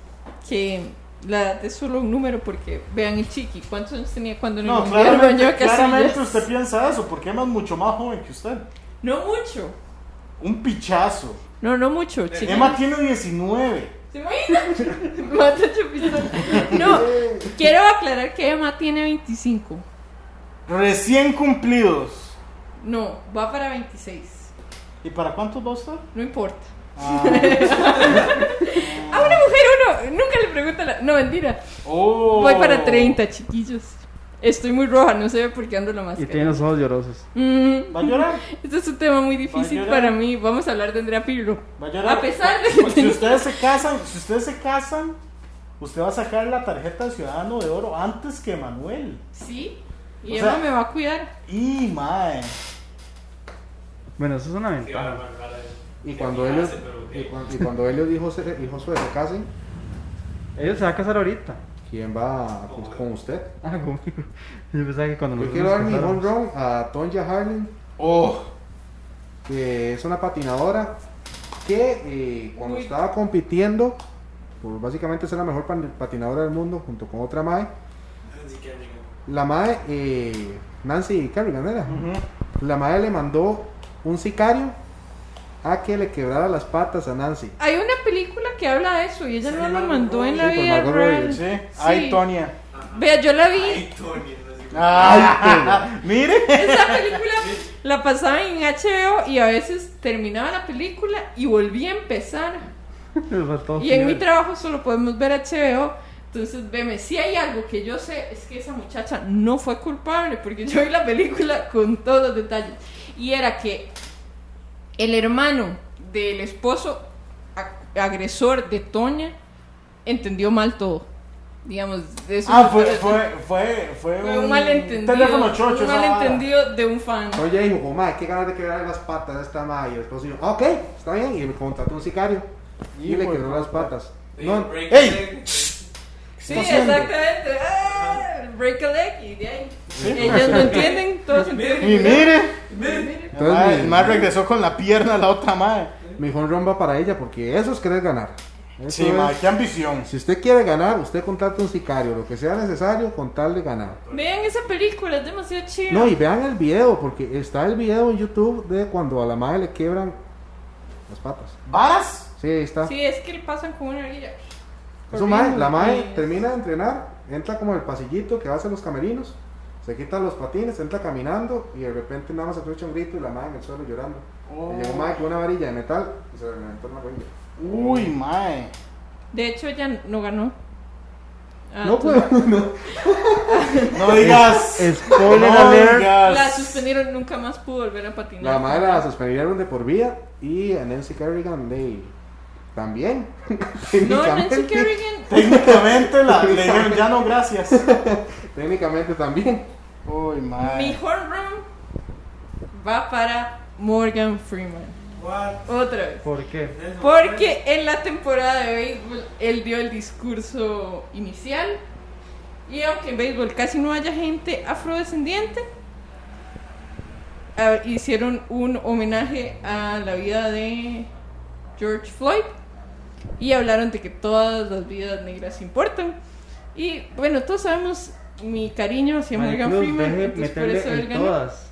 que la edad es solo un número porque vean el chiqui, ¿cuántos años tenía cuando en el No, mundial bañó claramente, a Casillas? claramente usted piensa eso, porque Emma es mucho más joven que usted. No mucho, Un pichazo. no, no mucho, chiqui. Eh, Emma tiene 19. ¿Se imaginan? Mata Chapistón. No, quiero aclarar que Emma tiene 25. Recién cumplidos. No, va para 26. ¿Y para cuántos va usted? No importa. Ah, A una mujer uno nunca le pregunta la... No, mentira. oh. Voy para 30, chiquillos. Estoy muy roja, no sé por qué ando lo más. Y tiene los ojos llorosos. ¿Va a llorar? Este es un tema muy difícil llorar? para mí. Vamos a hablar de Andrea Pirlo. ¿Va a llorar? Pues, A pesar de que Si tenía- ustedes se casan, si ustedes se casan, usted va a sacar la tarjeta de Ciudadano de Oro antes que Manuel. Sí, O y Emma sea- me va a cuidar. Y mae. Bueno, eso es una Sí, van a ventaja. mandar a- y, que cuando fijarse, Elliot, pero que- y, cuan- y cuando Elliot y José, y Josué se casen, Ellos se van a casar ahorita. ¿quién va con, con usted? Ah, conmigo. Yo pensaba que cuando Yo nosotros quiero dar mi nos home casáramos. run a Tonya Harlan, Oh. que es una patinadora que eh, cuando Uy. estaba compitiendo, por básicamente ser la mejor pan- patinadora del mundo junto con otra Mae, Ni siquiera llegó. la Mae, eh, Nancy Kerrigan era, Ujú. la Mae le mandó un sicario a que le quebrara las patas a Nancy. Hay una película que habla de eso y ella Sí, no lo Margot mandó en la Robbie. Sí, vida con Margot Robbie, real. Sí. Ay, Tonia. Ajá. Vea, yo la vi. Ay, Tony, no sé cómo. Ah, Ay, mire. Esa película la pasaban en HBO y a veces terminaba la película y volvía a empezar. Les faltó Y en mi Oh, nivel. trabajo solo podemos ver HBO, Entonces, veme, si hay algo que yo sé es que esa muchacha no fue culpable, porque yo vi la película con todos los detalles. Y era que el hermano del esposo ag- agresor de Toña entendió mal todo. Digamos, de eso Ah, se fue, trata. fue, fue, fue, Fue un malentendido. Teléfono chocho, un esa vara. malentendido de un fan. Oye, dijo, oh, madre, qué ganas de quebrar las patas a esta madre. Y el esposo dijo, "Ah, ok, está bien. Y me contrató un sicario. Y, Hijo le de quebró las puta. patas. They No, break ¡Ey! the leg. Sí, está haciendo? exactamente. Ah, break a leg y de ahí. Sí. Ellos no entienden, todos entienden. Y mire, Miren, el mae- el mi- mae regresó con la pierna a la otra madre. mi home run va para ella porque eso es querer ganar. Eso Sí, es- mae, qué ambición. Si usted quiere ganar, usted contrata un sicario, lo que sea necesario con tal de ganar. Vean esa película, es demasiado chida. No, y vean el video, porque está el video en YouTube de cuando a la madre le quebran las patas. ¿Vas? Sí, ahí está. Sí, es que le pasan con una orilla. Eso, mae, la madre Corriendo. termina de entrenar, entra como el pasillito que va hacia los camerinos, se quita los patines, entra caminando y de repente nada más escucha un grito y la madre en el suelo llorando. Y llegó madre con una varilla de metal y se le reventó la cuello. Uy, mae. De hecho, ella no ganó. Ah, No, entonces- pues, no. No digas. Spoiler no alert. digas. La suspendieron, nunca más pudo volver a patinar. La madre la suspendieron de por vida y a Nancy Kerrigan de... también. No, Técnicamente- Nancy Kerrigan. Técnicamente la, le dijeron ya no, gracias. Técnicamente también. Uy, Mi mae. home run va para Morgan Freeman. what? Otra vez. ¿Por qué? Nelson, Porque en la temporada de béisbol él dio el discurso inicial y aunque en béisbol casi no haya gente afrodescendiente, ah, hicieron un homenaje a la vida de George Floyd y hablaron de que todas las vidas negras importan. Y bueno, todos sabemos mi cariño hacia Mae, Morgan Cruz, Freeman, deje entonces por meterle eso él en ganó. todas.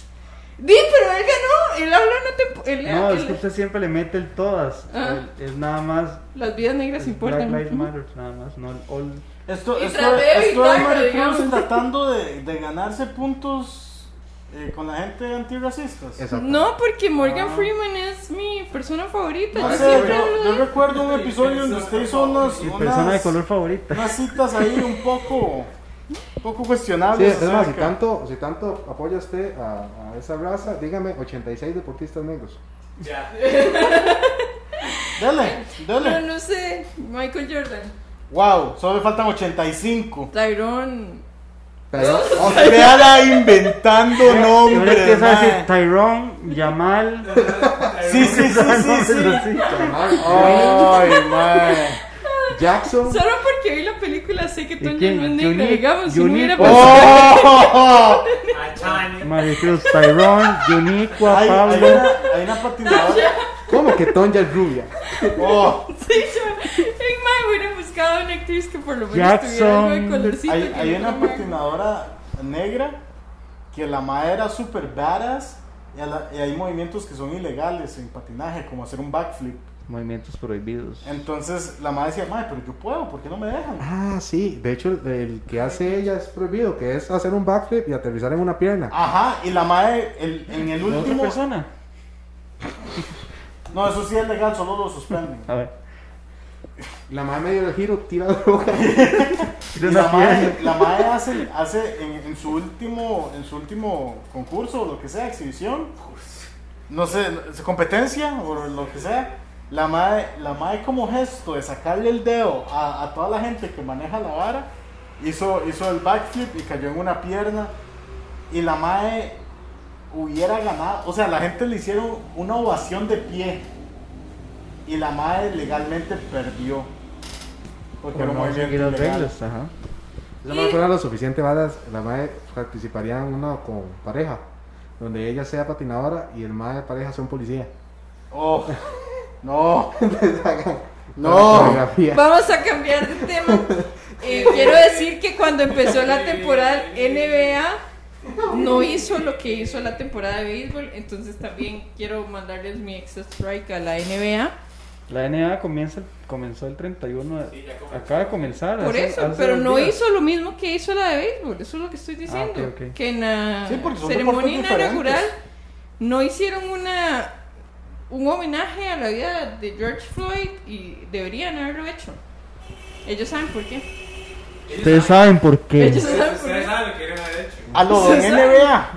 Di, pero él ganó, él habló una temporada. No, es que usted siempre le mete el todas. Ah. El- es nada más. Las vidas negras el importan. Black Lives Ujú. Matter, nada más. No, el all- Esto, Y esto, traté de esto es evitarlo, Mari digamos. Cruz tratando de, de ganarse puntos eh, con la gente antirracistas. Exacto. No, porque Morgan Ah. Freeman es mi persona favorita. No yo sé, siempre yo, hablo yo de- recuerdo un episodio donde usted hizo unos, Mi persona de unas, color favorita. unas citas ahí un poco, un poco Sí, cuestionables. es acerca- más, si tanto, si tanto apoya usted a, a esa raza, dígame 86 deportistas negros. Ya. Dele, No, dele. no sé, Michael Jordan, Wow, solo le faltan 85. Tyrone. Pero, oh, Veala inventando Yo le nombres. empiezo a decir mae. Tyrone, Yamal. Sí, sí, sí, sí, nombres sí. así. Jamal, Ay, mae. Jackson. Solo porque vi la película sé que Toño quién? no es negra, Juni- digamos, si no Juni- hubiera Oh. pasado. ¡Oh! Achane. Maricruz, Tyrone, Yuniqua, Hay, hay Pablo. una, hay una patinadora. ¿Cómo que Tonya es rubia? Oh, Sí, yo, hey, ma, hubiera buscado una actriz que por lo menos tuviera Jackson. algo de colorcito. hay, que hay no una fuera- patinadora negra que la madre era super badass y, a la- y hay movimientos que son ilegales en patinaje, como hacer un backflip. Movimientos prohibidos. Entonces la madre decía, madre, pero yo puedo, ¿por qué no me dejan? Ah, sí. De hecho, el, el que hace ella es prohibido, que es hacer un backflip y aterrizar en una pierna. Ajá, y la madre el- en el ¿La otra último... persona? No, eso sí es legal, solo lo suspenden. A ver. La madre medio del giro tira droga. Y Una la mae, pierna. la mae hace, hace en, en su último en su último concurso o lo que sea, exhibición, no sé, su competencia o lo que sea, la mae, la mae como gesto de sacarle el dedo a, a toda la gente que maneja la vara, hizo, hizo el backflip y cayó en una pierna y la mae hubiera ganado, o sea, la gente le hicieron una ovación de pie y la mae legalmente perdió. Porque Por era un no seguir movimiento las ilegal. reglas, ajá. Yo no me acuerdo lo suficiente, balas. La madre participaría en una con pareja, donde ella sea patinadora y el madre de pareja sea un policía. Oh, no, La no. coreografía. Vamos a cambiar de tema. Eh, quiero decir que cuando empezó la temporada NBA no hizo lo que hizo la temporada de béisbol, entonces también quiero mandarles mi extra strike a la NBA. La NBA comienza, el- comenzó el 31. de- Sí, ya comenzó. acaba de comenzar. Ah, Por hace- eso, hace pero dos no días. hizo lo mismo que hizo la de béisbol, eso es lo que estoy diciendo. Ah, ok, ok. Que en la Sí, porque son ceremonia deportes diferentes. inaugural no hicieron una un homenaje a la vida de George Floyd y deberían haberlo hecho. Ellos saben por qué. Ustedes saben por qué. Ellos- saben por Ustedes qué. saben lo que quieren haber hecho. A lo de NBA.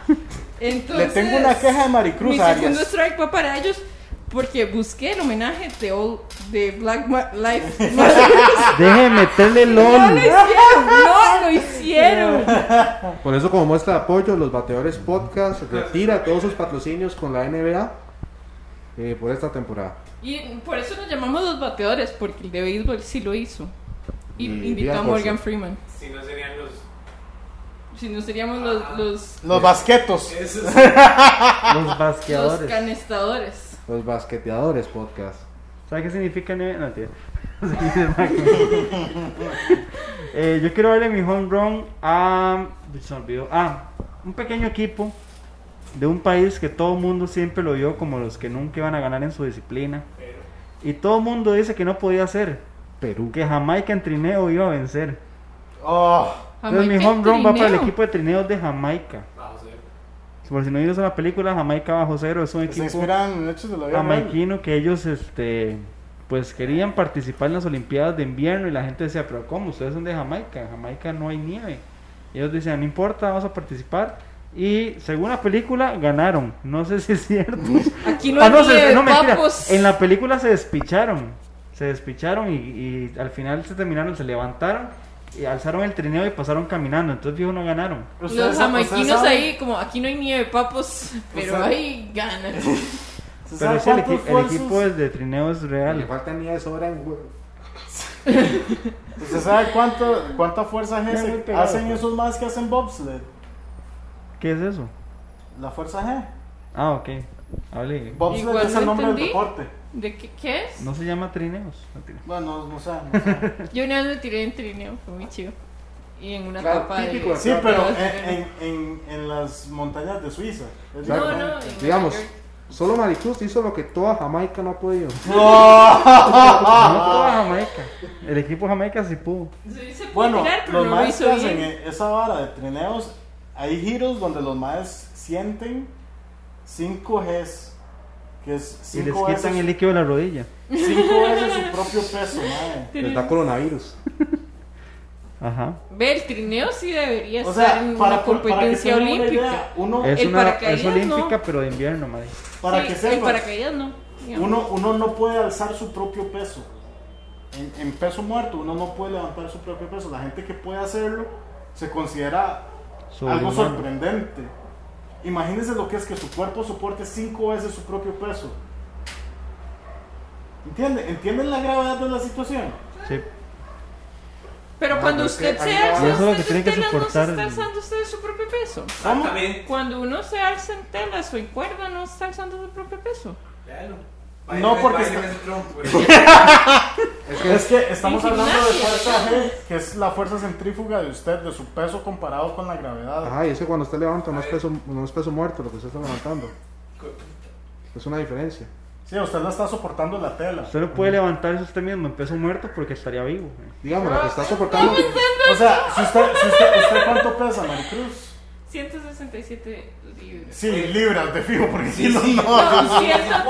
Entonces, Le tengo una queja de Maricruz Mi Arias. segundo strike fue para ellos porque busqué el homenaje de, All- de Black Ma- Lives Matter. Deje de meterle no lo LOL. hicieron, no lo hicieron. Por eso, como muestra de apoyo, los bateadores podcast retira todos sus patrocinios con la NBA eh, por esta temporada. Y por eso nos llamamos los bateadores, porque el de béisbol sí lo hizo. Y Y invitó a Díaz Morgan José. Freeman. Si no serían los. Si no seríamos Ah. los, los, Los basquetos. Esos. Los los basqueadores. canestadores. Los basqueteadores podcast. ¿Sabes qué significa NBA? No, tío. Eh, yo quiero darle mi home run a. Se me olvidó. Ah, un pequeño equipo de un país que todo el mundo siempre lo vio como los que nunca iban a ganar en su disciplina. Pero, Y todo el mundo dice que no podía ser, Perú. que Jamaica en trineo iba a vencer. Oh, Entonces mi Jamaica home run va para el trineo. equipo de trineos de Jamaica. vamos a ver. Por si no vieron la película, Jamaica bajo cero es un se equipo inspiran en hechos de la vida. real. jamaiquino que ellos este pues querían participar en las olimpiadas de invierno y la gente decía, pero ¿cómo? Ustedes son de Jamaica, en Jamaica no hay nieve. Y ellos decían, no importa, vamos a participar. Y según la película, ganaron. No sé si es cierto. Aquí no Ah, hay no, se- nieve, no, mentira. papos. En la película se despicharon. Se despicharon y, y al final se terminaron, se levantaron y alzaron el trineo y pasaron caminando. Entonces, viejo, no ganaron. Ustedes- Los ustedes jamaiquinos saben- ahí, como aquí no hay nieve, papos, pero saben- ahí ganan. ¿ustedes Pero saben sí, el, equi- cuántos el fue equipo sus- es de trineo es Le real. falta ni de sobra en hue- ¿Usted sabe cuánto, cuánta fuerza G Ya se- muy pegado, hacen pues. esos más que hacen bobsled? ¿Qué es eso? La fuerza G. Ah, ok. Hable. Bobsled Igual es no el nombre entendí. del deporte. ¿De qué, qué es? No se llama trineos. Mentira. Bueno, no, no sé. no sé. Yo una vez me tiré en trineo, fue muy chido. Y en una Claro, tapa típico de... de Sí, pero en, de- en, en, en las montañas de Suiza. Es Claro. No, diferente. no, en Digamos, Nueva York. solo Maricruz hizo lo que toda Jamaica no ha podido. Ah. No toda Jamaica. El equipo Jamaica sí pudo. Sí, se puede Bueno, tirar, pero los no lo maes que hizo hacen bien. e- esa vara de trineos, hay giros donde los maes sienten 5 Gs, que es Y les 5 veces, quitan el líquido de la rodilla. cinco veces su propio peso, mae. Les da coronavirus. Ajá. Ve, el trineo sí debería O estar sea, en para, una para que competencia tengan una olímpica. idea, uno, Es, El una, paracaídas, es no. olímpica, pero de invierno, madre. para Sí, que El sepas, paracaídas no. digamos. uno, uno no puede alzar su propio peso. En, en peso muerto, uno no puede levantar su propio peso. La gente que puede hacerlo se considera algo Sobrehumano. sorprendente. Imagínense lo que es que su cuerpo soporte cinco veces su propio peso. ¿Entienden? ¿Entienden la gravedad de la situación? Sí. Pero ah, No, cuando pero es que usted se ahí va. alza, Y eso es lo que usted tienen en que telas, no se soportar está el- alzando usted su propio peso. ¿Cómo? Exactamente. Cuando uno se alza en telas o en cuerda, no está alzando su propio peso. Claro. No, porque está- está... Es que Es que estamos En hablando de gimnasia, fuerza G, que es la fuerza centrífuga de usted, de su peso comparado con la gravedad. Ajá, y es que cuando usted levanta no es peso, no es peso muerto lo que usted está levantando. Es una diferencia. Sí, usted la está soportando la tela. Usted lo puede levantar usted mismo en peso muerto porque estaría vivo. eh. Digamos, lo que está soportando. O sea, si usted, si usted, ¿usted cuánto pesa, Maricruz? 167 libras. Sí, libras de fijo, porque Sí, si no, sí. no. No, 130.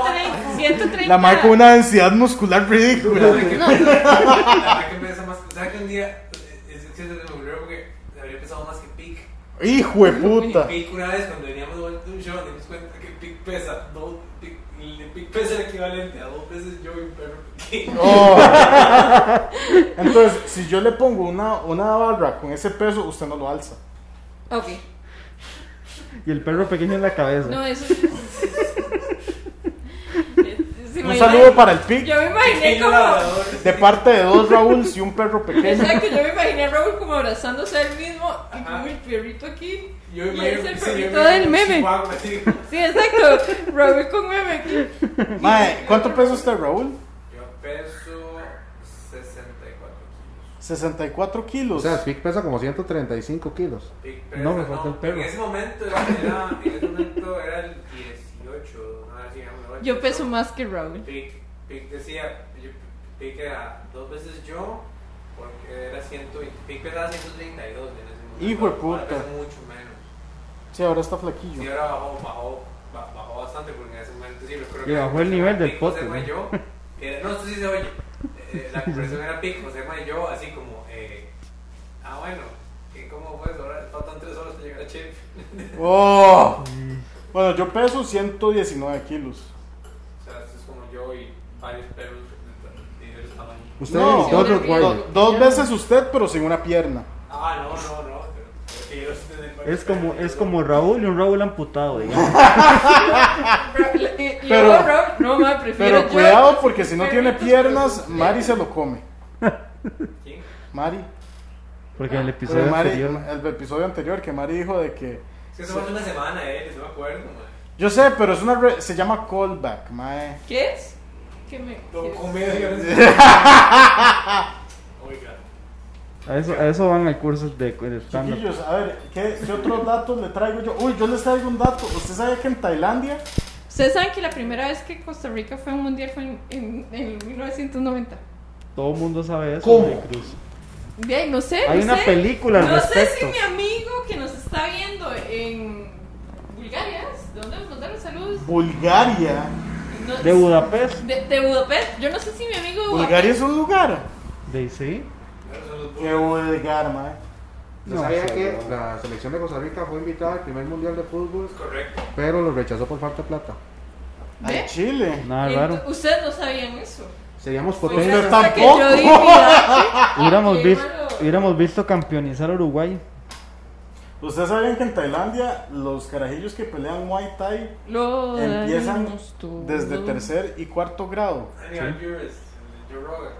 130. La marca una densidad muscular ridícula. La verdad que pesa más. ¿Sabes que un día? Es es que se me ocurrió porque habría pesado más que Pic. Hijo de puta. Pic una vez cuando veníamos de vuelta de un show, nos dimos cuenta que Pic pesa. Dos, Pic, el Pic pesa el equivalente a dos veces yo y un perro pequeño. Oh. Entonces, si yo le pongo una, una barra con ese peso, usted no lo alza. Ok. Y el perro pequeño en la cabeza. No, eso Un saludo para el Yo pic me imaginé Pequeño como. labrador. de parte de dos Raúl y un perro pequeño. Exacto, yo me imaginé a Raúl como abrazándose a él mismo y Ajá. con el perrito aquí. Yo Y imagino- es el sí, yo perrito imagino del un meme. chihuahua, así. Sí, exacto. Raúl con meme aquí. Mae, ¿cuánto pesa usted, Raúl? Yo peso 64 kilos. 64 O kilos. sea, Speak pesa como 135 kilos. Pic No, me falta el perro. En ese momento era, en ese momento era el 18, no, así, digamos, el Yo 8. peso más que Raúl. Pic, Pic decía, yo- Pic era dos veces yo, porque era 120, Pic pesaba 132 en ese momento. Hijo de puta. Ahora pesa mucho menos. Sí, ahora está Y flaquillo. ahora bajó, bajó, ba- bajó bastante, porque en ese momento sí recuerdo Y bajó el nivel del Pic, José podcast, Ma y ¿no? yo, era- no, esto sí se oye. Eh, la conversación era Pic, José Ma y yo, así como, eh, Ah, bueno, que cómo fue, ahora faltan 3 horas para llegar a Chip. ¡Oh! Mm. Bueno, yo peso 119 kilos. o sea, esto es como yo y varios perros de- de diversos tamaños. Usted No, es Dodger sí, Wilder. sí. Do- dos veces usted, pero sin una pierna. Ah, no, no, no. pero- pero que yo estoy de acuerdo. Es como, es como Raúl y un Raúl amputado, digamos. Pero- Pero, no, ma, prefiero Pero yo. cuidado porque si no tiene Perritos, piernas, pero- Mari se lo come. ¿Quién? Mari. Porque en el Pero episodio Mari- anterior. el episodio anterior que Mari dijo de que... Es que eso fue hace una semana, eh, no me acuerdo, man. Yo sé, pero es una re- se llama callback, mae. ¿Qué es? ¿Qué me.? qué Don es? Comedia. Oiga. A eso, a eso van al curso de, de stand-up. Chiquillos, a ver, ¿qué, qué otros datos le traigo yo? Uy, yo les traigo un dato. ¿Usted sabe que en Tailandia? Ustedes saben que la primera vez que Costa Rica fue a un mundial fue en, en, en 1990. Todo el mundo sabe eso. ¿Cómo? Mari Cruz. De ahí, no sé. Hay no una sé. película al No sé si respecto. mi amigo que nos está viendo en Bulgaria, ¿es? ¿de dónde nos mandaron saludos? Bulgaria. No- De Budapest. de, de Budapest. Yo no sé si mi amigo. de Bulgaria es un lugar. De sí. Esos son los Qué burros. vulgar, mae. No No, sabía sí, que no. la selección de Costa Rica fue invitada al primer mundial de fútbol, Correcto. pero lo rechazó por falta de plata. ¿Ve? Ay, Chile. Nada Ent- raro. Ustedes no sabían eso. Seríamos Fue potencia. una cosa que tampoco. yo "Ah, di, mira, Hubiéramos, qué vis- malo. hubiéramos visto campeonizar a Uruguay. ¿Ustedes sabían que en Tailandia los carajillos que pelean Muay Thai Lo empiezan dañamos todo. desde tercer y cuarto grado? Anyway, Purist, Joe Rogan.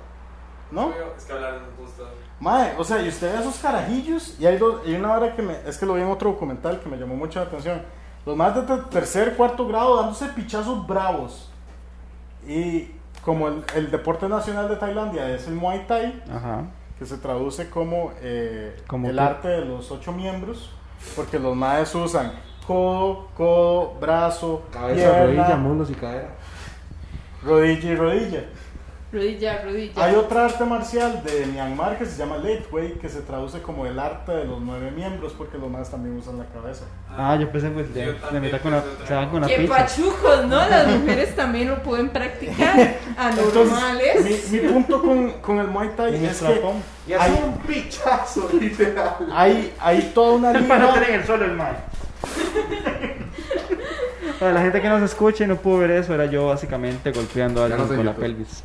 ¿No? Es que hablaron justo. Mae, o sea, y usted ve a esos carajillos y hay, dos, hay una hora que me... Es que lo vi en otro documental que me llamó mucho la atención. Los más de ter- tercer, cuarto grado dándose pichazos bravos. Y como el, el deporte nacional de Tailandia es el Muay Thai, Ajá. que se traduce como eh, Como el qué? arte de los ocho miembros, porque los maes usan codo, codo, brazo, Cabeza, pierna, rodilla, muslos y cadera. rodilla y rodilla. Rodilla, rodilla. Hay otra arte marcial de Myanmar que se llama Leightway, que se traduce como el arte de los nueve miembros, porque los maes también usan la cabeza. Ah, yo pensé que de, Yo de también meter con la, pensé otra se van con la Que pizza. pachucos, ¿no? Las mujeres también lo pueden practicar. Anormales. Entonces, mi, mi punto con, con el Muay Thai En el es que trapón. Y así así un pichazo, literal. hay, hay toda una Para no liga... tener el sol el mae. Para la gente que nos escucha y no pudo ver eso, era yo básicamente golpeando a Ya no alguien soy con la YouTube. pelvis.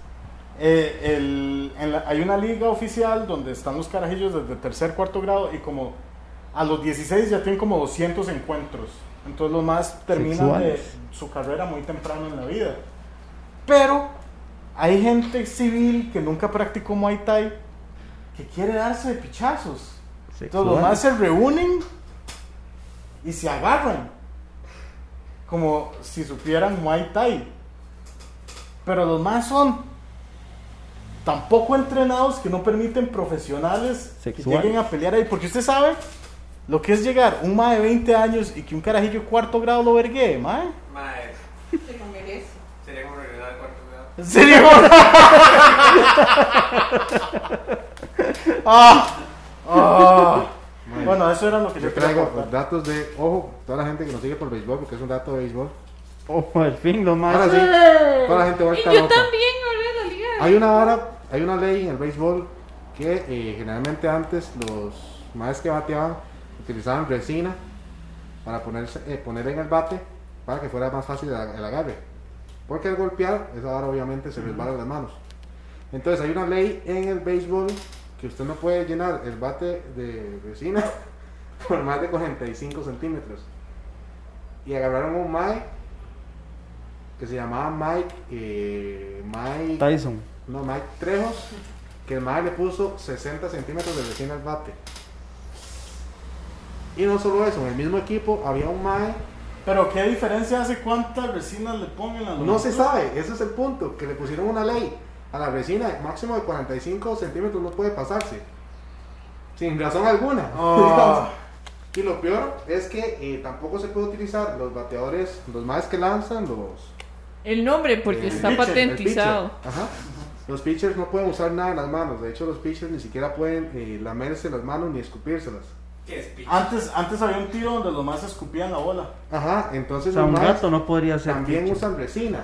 Eh, el- en la- hay una liga oficial donde están los carajillos desde tercer, cuarto grado y como a los 16 ya tienen como 200 encuentros. Entonces los más terminan de Sexuales. su carrera muy temprano en la vida. Pero hay gente civil que nunca practicó Muay Thai que quiere darse de pichazos. Entonces los Sexual. más se reúnen y se agarran. Como si supieran Muay Thai. Pero los más son tampoco entrenados que no permiten profesionales Sexual. que lleguen a pelear ahí. Porque usted sabe lo que es llegar un mae de 20 años y que un carajillo de cuarto grado lo verguee, mae. Mae, Se lo merece. sería como regresar al cuarto grado. ¿En serio? Ah, ah. Bueno, eso era lo que yo, Yo quería traigo contar. datos de, ojo, toda la gente que nos sigue por béisbol, porque es un dato de béisbol. Ojo, Oh, al fin lo más. Ahora sí, toda la gente va a Y estar yo loca. también, ahora la liga. Hay una hora, hay una ley en el béisbol que eh, generalmente antes los maes que bateaban utilizaban resina para ponerse, eh, poner en el bate para que fuera más fácil el, ag- el agarre. Porque al golpear, esa hora obviamente se resbala las manos. Entonces hay una ley en el béisbol que usted no puede llenar el bate de resina por más de 45 centímetros. Y agarraron un Mike que se llamaba Mike, eh, Mike Tyson. no, Mike Trejos, que el Mike le puso 60 centímetros de resina al bate. Y no solo eso, en el mismo equipo había un Mike, Pero qué diferencia hace cuántas resinas le pongan a los no se sabe, ese es el punto, que le pusieron una ley a la resina, máximo de 45 centímetros no puede pasarse, sin razón alguna. Ah, Y lo peor es que eh, tampoco se puede utilizar los bateadores, los más que lanzan, los... El nombre, porque Eh, está pitcher, el el pitcher. patentizado. Ajá. Los pitchers no pueden usar nada en las manos, de hecho los pitchers ni siquiera pueden eh, lamerse las manos ni escupírselas. ¿Qué es picha? antes, antes había un tiro donde los más escupían la bola. Ajá, entonces O sea, un los maes gato no podría ser. también pitcher. usan resina.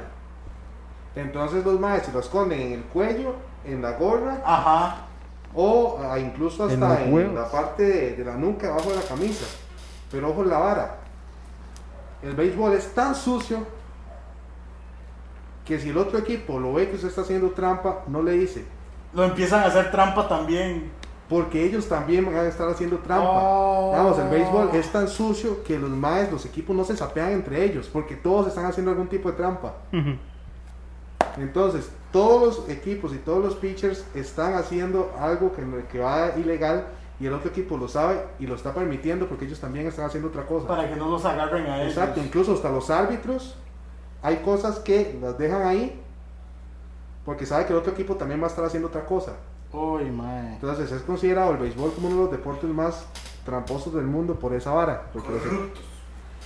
Entonces los maes se lo esconden en el cuello, en la gorra Ajá. o ah, incluso En hasta los en, huevos. la parte de, de la nuca, abajo de la camisa. Pero ojo en la vara. El béisbol es tan sucio que si el otro equipo lo ve que usted está haciendo trampa, no le dice. Lo empiezan a hacer trampa también. Porque ellos también van a estar haciendo trampa. Oh. Vamos, el béisbol es tan sucio que los maes, los equipos no se sapean entre ellos, porque todos están haciendo algún tipo de trampa. Entonces, todos los equipos y todos los pitchers están haciendo algo que, que va ilegal y el otro equipo lo sabe y lo está permitiendo porque ellos también están haciendo otra cosa. Para que no los agarren a ellos. Exacto, incluso hasta los árbitros hay cosas que las dejan ahí porque sabe que el otro equipo también va a estar haciendo otra cosa. Uy, mae. Entonces es considerado el béisbol como uno de los deportes más tramposos del mundo por esa vara. Porque, los,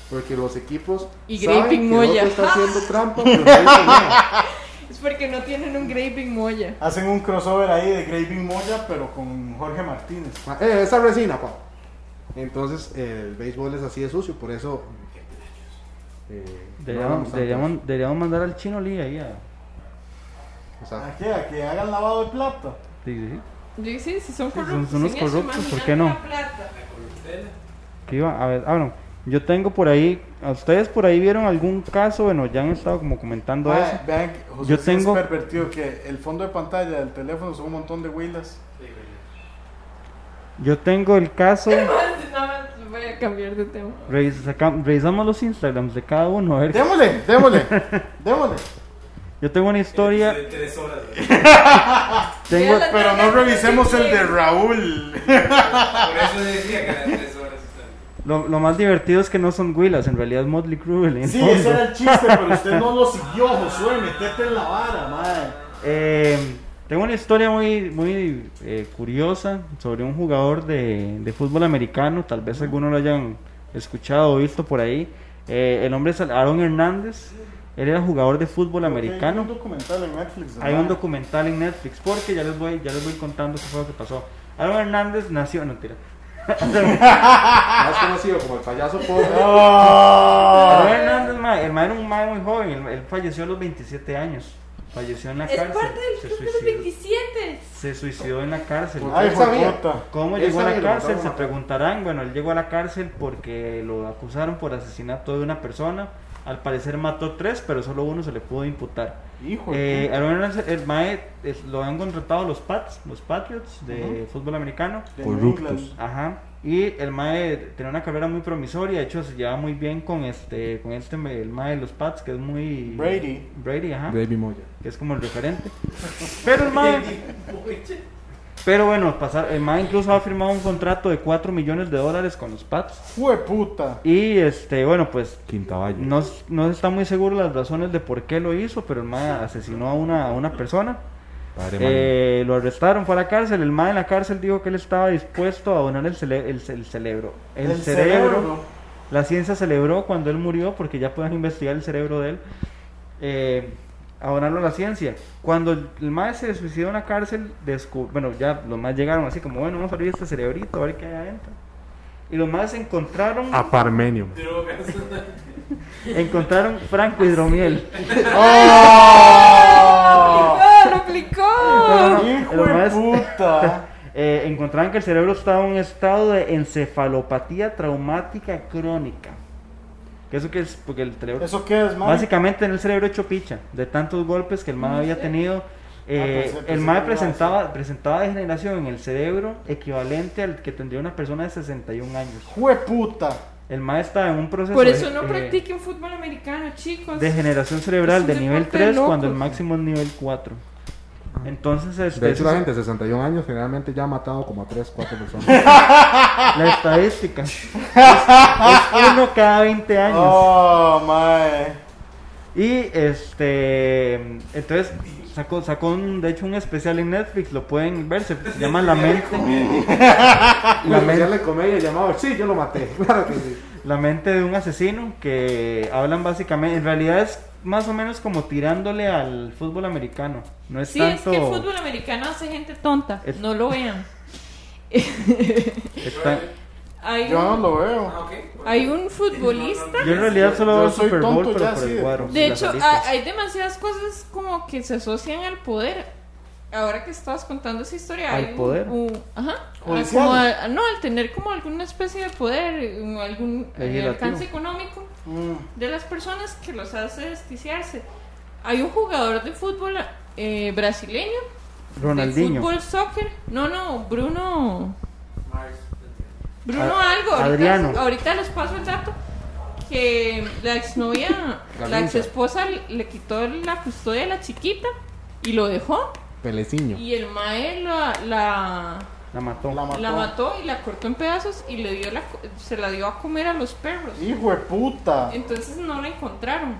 porque los equipos Y saben que Graping el otro Moya. está haciendo trampa, pero no dice nada. Es porque no tienen un Graving Moya. Hacen un crossover ahí de Graving Moya, pero con Jorge Martínez. Ah, eh, esa resina, pa. Entonces eh, el béisbol es así de sucio, por eso... eh, no hablamos Deberíamos, tanto. deberíamos, deberíamos mandar al chino Lee ahí a. O sea, ¿A qué? ¿A que hagan lavado de plata? sí, sí, sí. Yo dije, sí, si son son corruptos. unos en eso, corruptos, ¿por imagínate qué no? la plata. Ah. Que iba- a ver, ah, bueno, yo tengo por ahí. ¿A ustedes por ahí vieron algún caso? Bueno, ya han estado como comentando Mae, eso. vean, que José Yo sí tengo- es pervertido que el fondo de pantalla del teléfono son un montón de huilas. Yo tengo el caso. Nada más voy a cambiar de tema. revis- saca- revisamos los Instagrams de cada uno. A ver. Démosle, démosle, démosle. Yo tengo una historia. De tres horas. güey. Tengo, Vean Pero no revisemos el de Raúl. Por eso decía que las tres horas están. lo, lo más divertido es que no son Willas, en realidad es Motley Crue. el Sí, fondo. ese era el chiste, pero usted no lo siguió, Josué. Metete en la vara, mae. Eh, tengo una historia muy, muy eh, curiosa sobre un jugador de, de fútbol americano, tal vez algunos lo hayan escuchado o visto por ahí. Eh, el nombre es Aaron Hernández, él era jugador de fútbol Hay un americano. documental en Netflix. Hay mae. un documental en Netflix, porque ya les voy, ya les voy contando qué fue lo que pasó. Aaron Hernández nació, no tira. más conocido como el payaso pobre. Aaron Ah. Hernández, ma, el ma era un ma muy joven, él, él falleció a los 27 años. Falleció en la Es cárcel. parte del se club de los suicidó. 27. se suicidó en la cárcel. Por Ay, Él hijo de sabía. puta. ¿Cómo Él llegó a sabía la que lo cárcel? mataron Se a- preguntarán. Bueno, él llegó a la cárcel porque lo acusaron por asesinato de una persona. Al parecer mató tres, pero solo uno se le pudo imputar. Hijo de Eh, Aaron Hernández, el MAE es- lo han contratado los Pats, los Patriots de fútbol americano. puta. De corruptos. England. Ajá. Y el MAE tenía una carrera muy promisoria. De hecho, se lleva muy bien con este, con este el MAE de los Pats, que es muy. Brady. Brady, ajá. Baby Moya. Que es como el referente. Pero el MAE. Pero bueno, pasar, el MAE incluso ha firmado un contrato de 4 millones de dólares con los Pats. Hijo de puta. Y este, bueno, pues Quinta Valle. no, s- no está muy seguro las razones de por qué lo hizo, pero el MAE asesinó a una, a una persona. Padre Eh, lo arrestaron, fue a la cárcel. El MAE en la cárcel dijo que él estaba dispuesto a donar el, cele- el, ce- el cerebro. El, cerebro. La ciencia celebró cuando él murió, porque ya pueden investigar el cerebro de él, eh, a donarlo a la ciencia. Cuando el, el mae se suicidó en la cárcel, descu- bueno, ya los más llegaron así como, bueno, vamos a abrir este cerebrito, a ver qué hay adentro. Y los más encontraron, A Parmenio. Drogas. encontraron franco hidromiel. ¡Oh! ¡Ah, lo aplicó! ¡Hijo de Además- puta! Eh, encontraron que el cerebro estaba en un estado de encefalopatía traumática crónica. Que ¿Eso que es? Porque el cerebro... ¿Eso qué es, man? Básicamente en el cerebro hecho picha, de tantos golpes que el MAE había tenido. eh, pues, pues, el MAE sí, presentaba, presentaba degeneración en el cerebro equivalente al que tendría una persona de 61 años. ¡Hijo de puta! El MAE estaba en un proceso Por eso no eh, practiquen fútbol americano, chicos. de generación cerebral Es de un nivel deporte 3 loco. cuando el máximo es nivel 4. Entonces, este, De hecho, la eso- gente de 61 años generalmente ya ha matado como a 3, 4 personas. la estadística es, es uno cada 20 años. ¡Oh, mae! Y este. Entonces sacó, sacó un, de hecho un especial en Netflix, lo pueden ver, se llama La mente, La especial de comedia llamado Sí, yo lo maté. Claro que sí. la mente de un asesino que hablan básicamente. En realidad es más o menos como tirándole al fútbol americano. No es Sí, es tanto. que el fútbol americano hace gente tonta. Es- No lo vean. es tan- Hay Yo no un, lo veo. Ah, ok. hay un futbolista. yo en realidad solo Yo veo soy eh. Super Bowl, tonto pero ya, por sí, el de- cuadro. De las hecho, aristas. hay, hay demasiadas cosas como que se asocian al poder. ahora que estabas contando esa historia, Al hay un- poder. un- ajá, Judicial. Ah, como a- no, al tener como alguna especie de poder, un- algún eh, Legislativo. alcance económico Mm, de las personas que los hace desquiciarse. Hay un jugador de fútbol eh, brasileño, de Ronaldinho. fútbol soccer, no, no, Bruno, Mars, Bruno A- algo, ahorita- Adriano. ahorita les paso el dato, que la exnovia, la Galinza. exesposa le quitó la custodia a la chiquita y lo dejó. Peleciño. Y el mae la, la, La mató. la mató. la mató y la cortó en pedazos y le dio la, co- se la dio a comer a los perros. Hijo de puta. Entonces no la encontraron.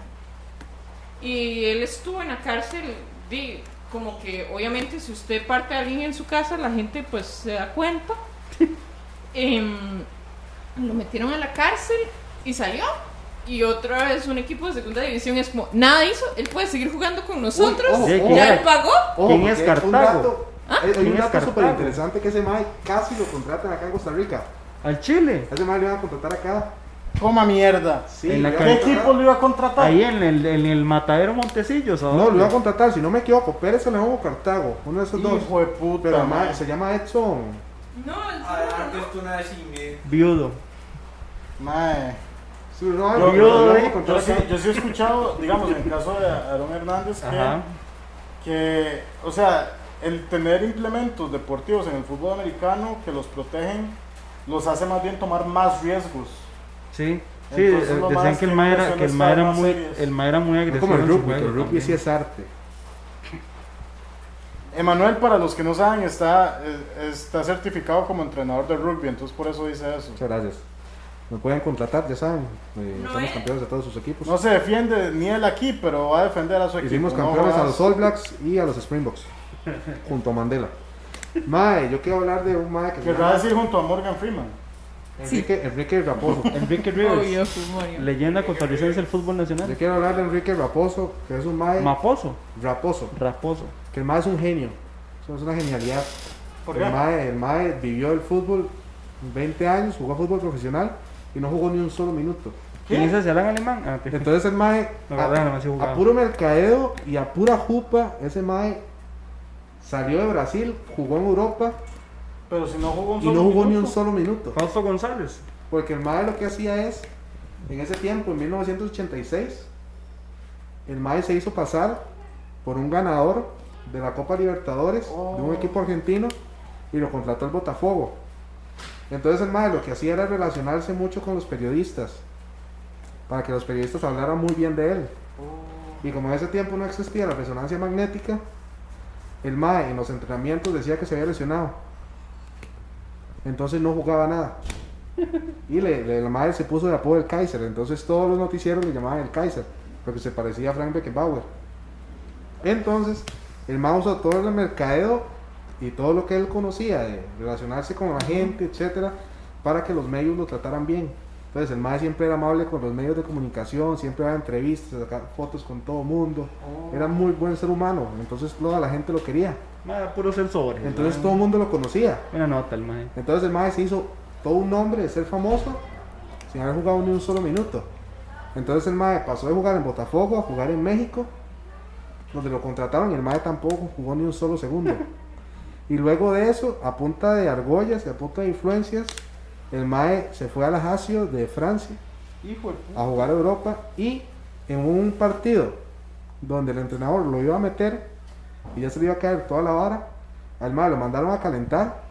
Y él estuvo en la cárcel, di, como que obviamente si usted parte a alguien en su casa, la gente pues se da cuenta. Em, lo metieron a la cárcel y salió. Y otra vez un equipo de segunda división es como, nada hizo, él puede seguir jugando con nosotros. ojo, Sí, ojo. ¿quién ya era? él pagó. ¿Quién porque es hay un Cartago? dato- Ah. Hay hay ¿Quién un es dato Cartago? súper interesante que ese Mae casi lo contratan acá en Costa Rica. Al Chile. A ese Mae le van a contratar acá. Coma mierda. Sí, En la le van a ¿Qué Ahí- contratar. equipo lo iba a contratar? Ahí en el, en el matadero Montecillos. ¿a No, dónde? lo va a contratar, si no me equivoco. Pérez León o Cartago. Uno de esos dos. Hijo de puta. Pero mae. mae, se llama Edson. No, el Adelante, Tunashi, me- Viudo. Mae. Sí, no, Yo- lo- Ah, lo van a yo- contratar Yo sí, acá. yo sí he escuchado, digamos, en el caso de Aaron Hernández, que, Ajá. que, o sea, el tener implementos deportivos en el fútbol americano que los protegen, los hace más bien tomar más riesgos. Sí. Sí, Entonces, eh, lo decían más que el que mae era, impresiona que el es mae era más muy, serias. el mae era muy No agresivo. como el en su rugby, que juego el rugby también. sí es arte. Emanuel, para los que no saben, está, eh, está certificado como entrenador de rugby, entonces por eso dice eso. Muchas gracias. Me pueden contratar, ya saben. eh, No, somos eh. campeones de todos sus equipos. No se defiende ni él aquí, pero va a defender a su equipo. Hicimos no campeones a jodas. los All Blacks y a los Springboks. junto a Mandela. Mae, yo quiero hablar de un mae que se Querrá llama decir junto a Morgan Freeman. Enrique, Enrique Raposo. Enrique Obvio, Rivers. pues, fue Morio. Leyenda costarricense del fútbol Yo nacional. quiero hablar de Enrique Raposo, que es un mae Maposo. raposo, Raposo. que el mae es un genio. Eso es una genialidad. ¿Por El qué? mae, el mae vivió el fútbol 20 años, jugó fútbol profesional y no jugó ni un solo minuto. ¿Quién es ese Alan Alemán? Ah, te- Entonces el mae, La a- verdad, no me hacía a, jugar. puro mercadeo y a pura jupa, ese mae salió de Brasil, jugó en Europa Pero si no jugó un y solo no jugó ni un minuto. solo minuto. Fausto González. Porque el mae lo que hacía es, en ese tiempo, en 1986, el mae se hizo pasar por un ganador de la Copa Libertadores de Oh. un equipo argentino y lo contrató el Botafogo. Entonces el mae lo que hacía era relacionarse mucho con los periodistas para que los periodistas hablaran muy bien de él. Y como en ese tiempo no existía la resonancia magnética, el mae en los entrenamientos decía que se había lesionado. Entonces no jugaba nada. Y le, le- el mae se puso de apodo el Kaiser. Entonces todos los noticieros le llamaban el Kaiser, porque se parecía a Frank Beckenbauer. Entonces, el mae usó todo el mercadeo y todo lo que él conocía de relacionarse con la gente, etcétera, para que los medios lo trataran bien. Entonces, el mae siempre era amable con los medios de comunicación, siempre daba entrevistas, sacaba fotos con todo mundo. Era muy buen ser humano, entonces toda la gente lo quería. Mae, puro ser sobre. Entonces, todo el mundo lo conocía. Una nota el mae. Entonces el Mae se hizo todo un nombre de ser famoso sin haber jugado ni un solo minuto. Entonces el Mae pasó de jugar en Botafogo a jugar en México, donde lo contrataron y el Mae tampoco jugó ni un solo segundo. y luego de eso, a punta de argollas y a punta de influencias, el Mae se fue a la Lazio de Francia Hijo de puta. a jugar a Europa y en un partido donde el entrenador lo iba a meter y ya se le iba a caer toda la vara, al mae lo mandaron a calentar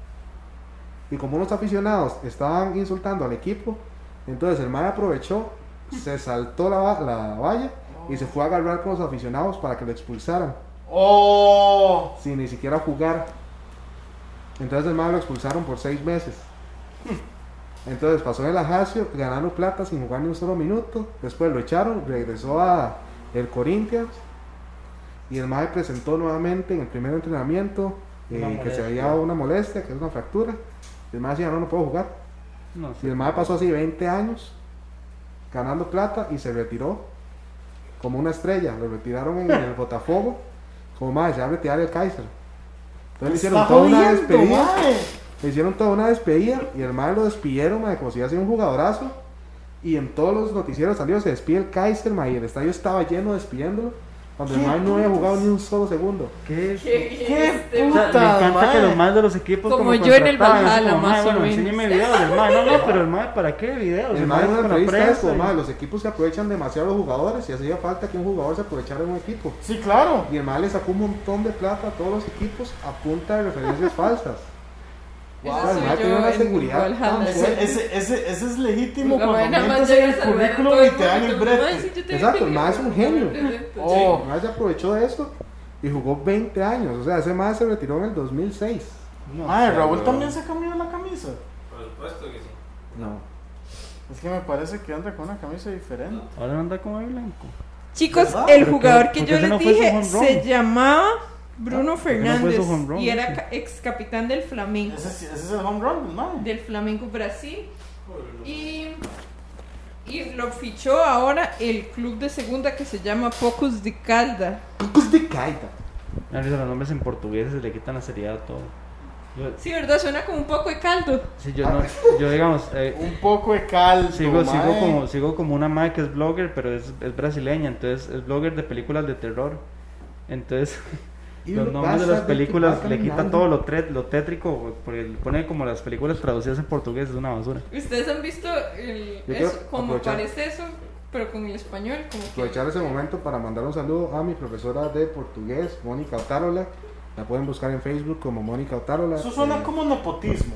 y como unos aficionados estaban insultando al equipo, entonces el mae aprovechó, se saltó la, va- la valla y se fue a agarrar con los aficionados para que lo expulsaran Oh. sin ni siquiera jugar. Entonces el mae lo expulsaron por seis meses. Entonces pasó el Ajacio ganando plata sin jugar ni un solo minuto. Después lo echaron, regresó a el Corinthians y el mae presentó nuevamente en el primer entrenamiento eh, Una que se molestia. había dado una molestia, que es una fractura. Y el mae decía, no, no puedo jugar. No Y sé. el mae pasó así 20 años ganando plata y se retiró como una estrella. Lo retiraron en el Botafogo como mae, se va a retirar el Kaiser. Entonces le hicieron Está toda una jodiendo, despedida. mae. Le hicieron toda una despedida y el mae lo despidieron, mae, como si hubiera sido un jugadorazo. Y en todos los noticieros salió, se despide el Kaiser, mae, y el estadio estaba lleno despidiéndolo. Cuando el mae no había jugado ni un solo segundo. ¿Qué es? ¿Qué, este ¿Qué O sea, me Puta encanta madre. que los más de los equipos Como como, yo en el contrataban, así Valhalla, como, más "Mae, o bueno, menos". enséñeme videos del mae. No, no, pero el mae, ¿para qué videos? mae El mae en es una con la entrevista prensa eso, y- mae, los equipos que aprovechan demasiado a los jugadores y hacía falta que un jugador se aprovechara de un equipo. Sí, claro. Y el mae le sacó un montón de plata a todos los equipos a punta de referencias falsas. Esa Wow, el soy mae yo tiene una en seguridad Valhalla. tan Ese, fuerte. ese, ese, ese es legítimo La cuando buena metes manera en el de saludar a currículum todo el y te dan el mundo. Ay, brete. sí, yo te Exacto, dije, el mae es un genio. me presento. Oh. El mae se aprovechó de eso y jugó 20 años. O sea, ese mae se retiró en el 2006. No, Madre, o sea, Raúl no. también se cambió la camisa. Por supuesto que sí. No. Es que me parece que anda con una camisa diferente. Ahora anda como de blanco. Chicos, ¿Verdad? el Porque- jugador que porque yo ese les no fue su dije home run. se llamaba Bruno fue su Fernández home run, y era sí. ca- ex capitán del Flamengo, Ese, es- ese es el home run, ¿no? del Flamengo Brasil Por- y y lo fichó ahora el club de segunda que se llama Pocos de Calda. Cucos de caída. A veces los nombres en portugués se le quitan la seriedad a todo. Yo, Sí, ¿verdad? Suena como un poco de caldo. si yo no, yo digamos, eh, Un poco de caldo. sigo, sigo, mae. como, sigo como una madre que es blogger, pero es, es brasileña, entonces es blogger de películas de terror. Entonces, los nombres de las películas le quita todo lo, tre- lo tétrico, porque le pone como las películas traducidas en portugués, es una basura. ¿Ustedes han visto el, Yo eso, quiero como aprovechar. parece eso, pero con el español? Como que- Aprovechar ese momento para mandar un saludo a mi profesora de portugués, Mónica Otárola. La pueden buscar en Facebook como Mónica Otárola. Eso suena Eh, como nepotismo.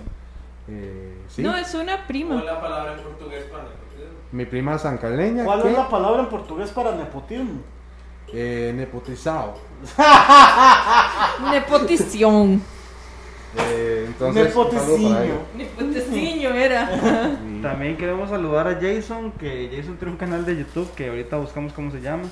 eh, sí. No, es una prima. ¿Cuál es la palabra en portugués para nepotismo? Mi prima sancaleña. ¿Cuál que, es la palabra en portugués para nepotismo? eh, nepotizado. Nepotición. Eh, entonces, un saludo para Nepoticinio. ella. Nepoticinho era. Y- También queremos saludar a Jason, que Jason tiene un canal de YouTube que ahorita buscamos cómo se llama.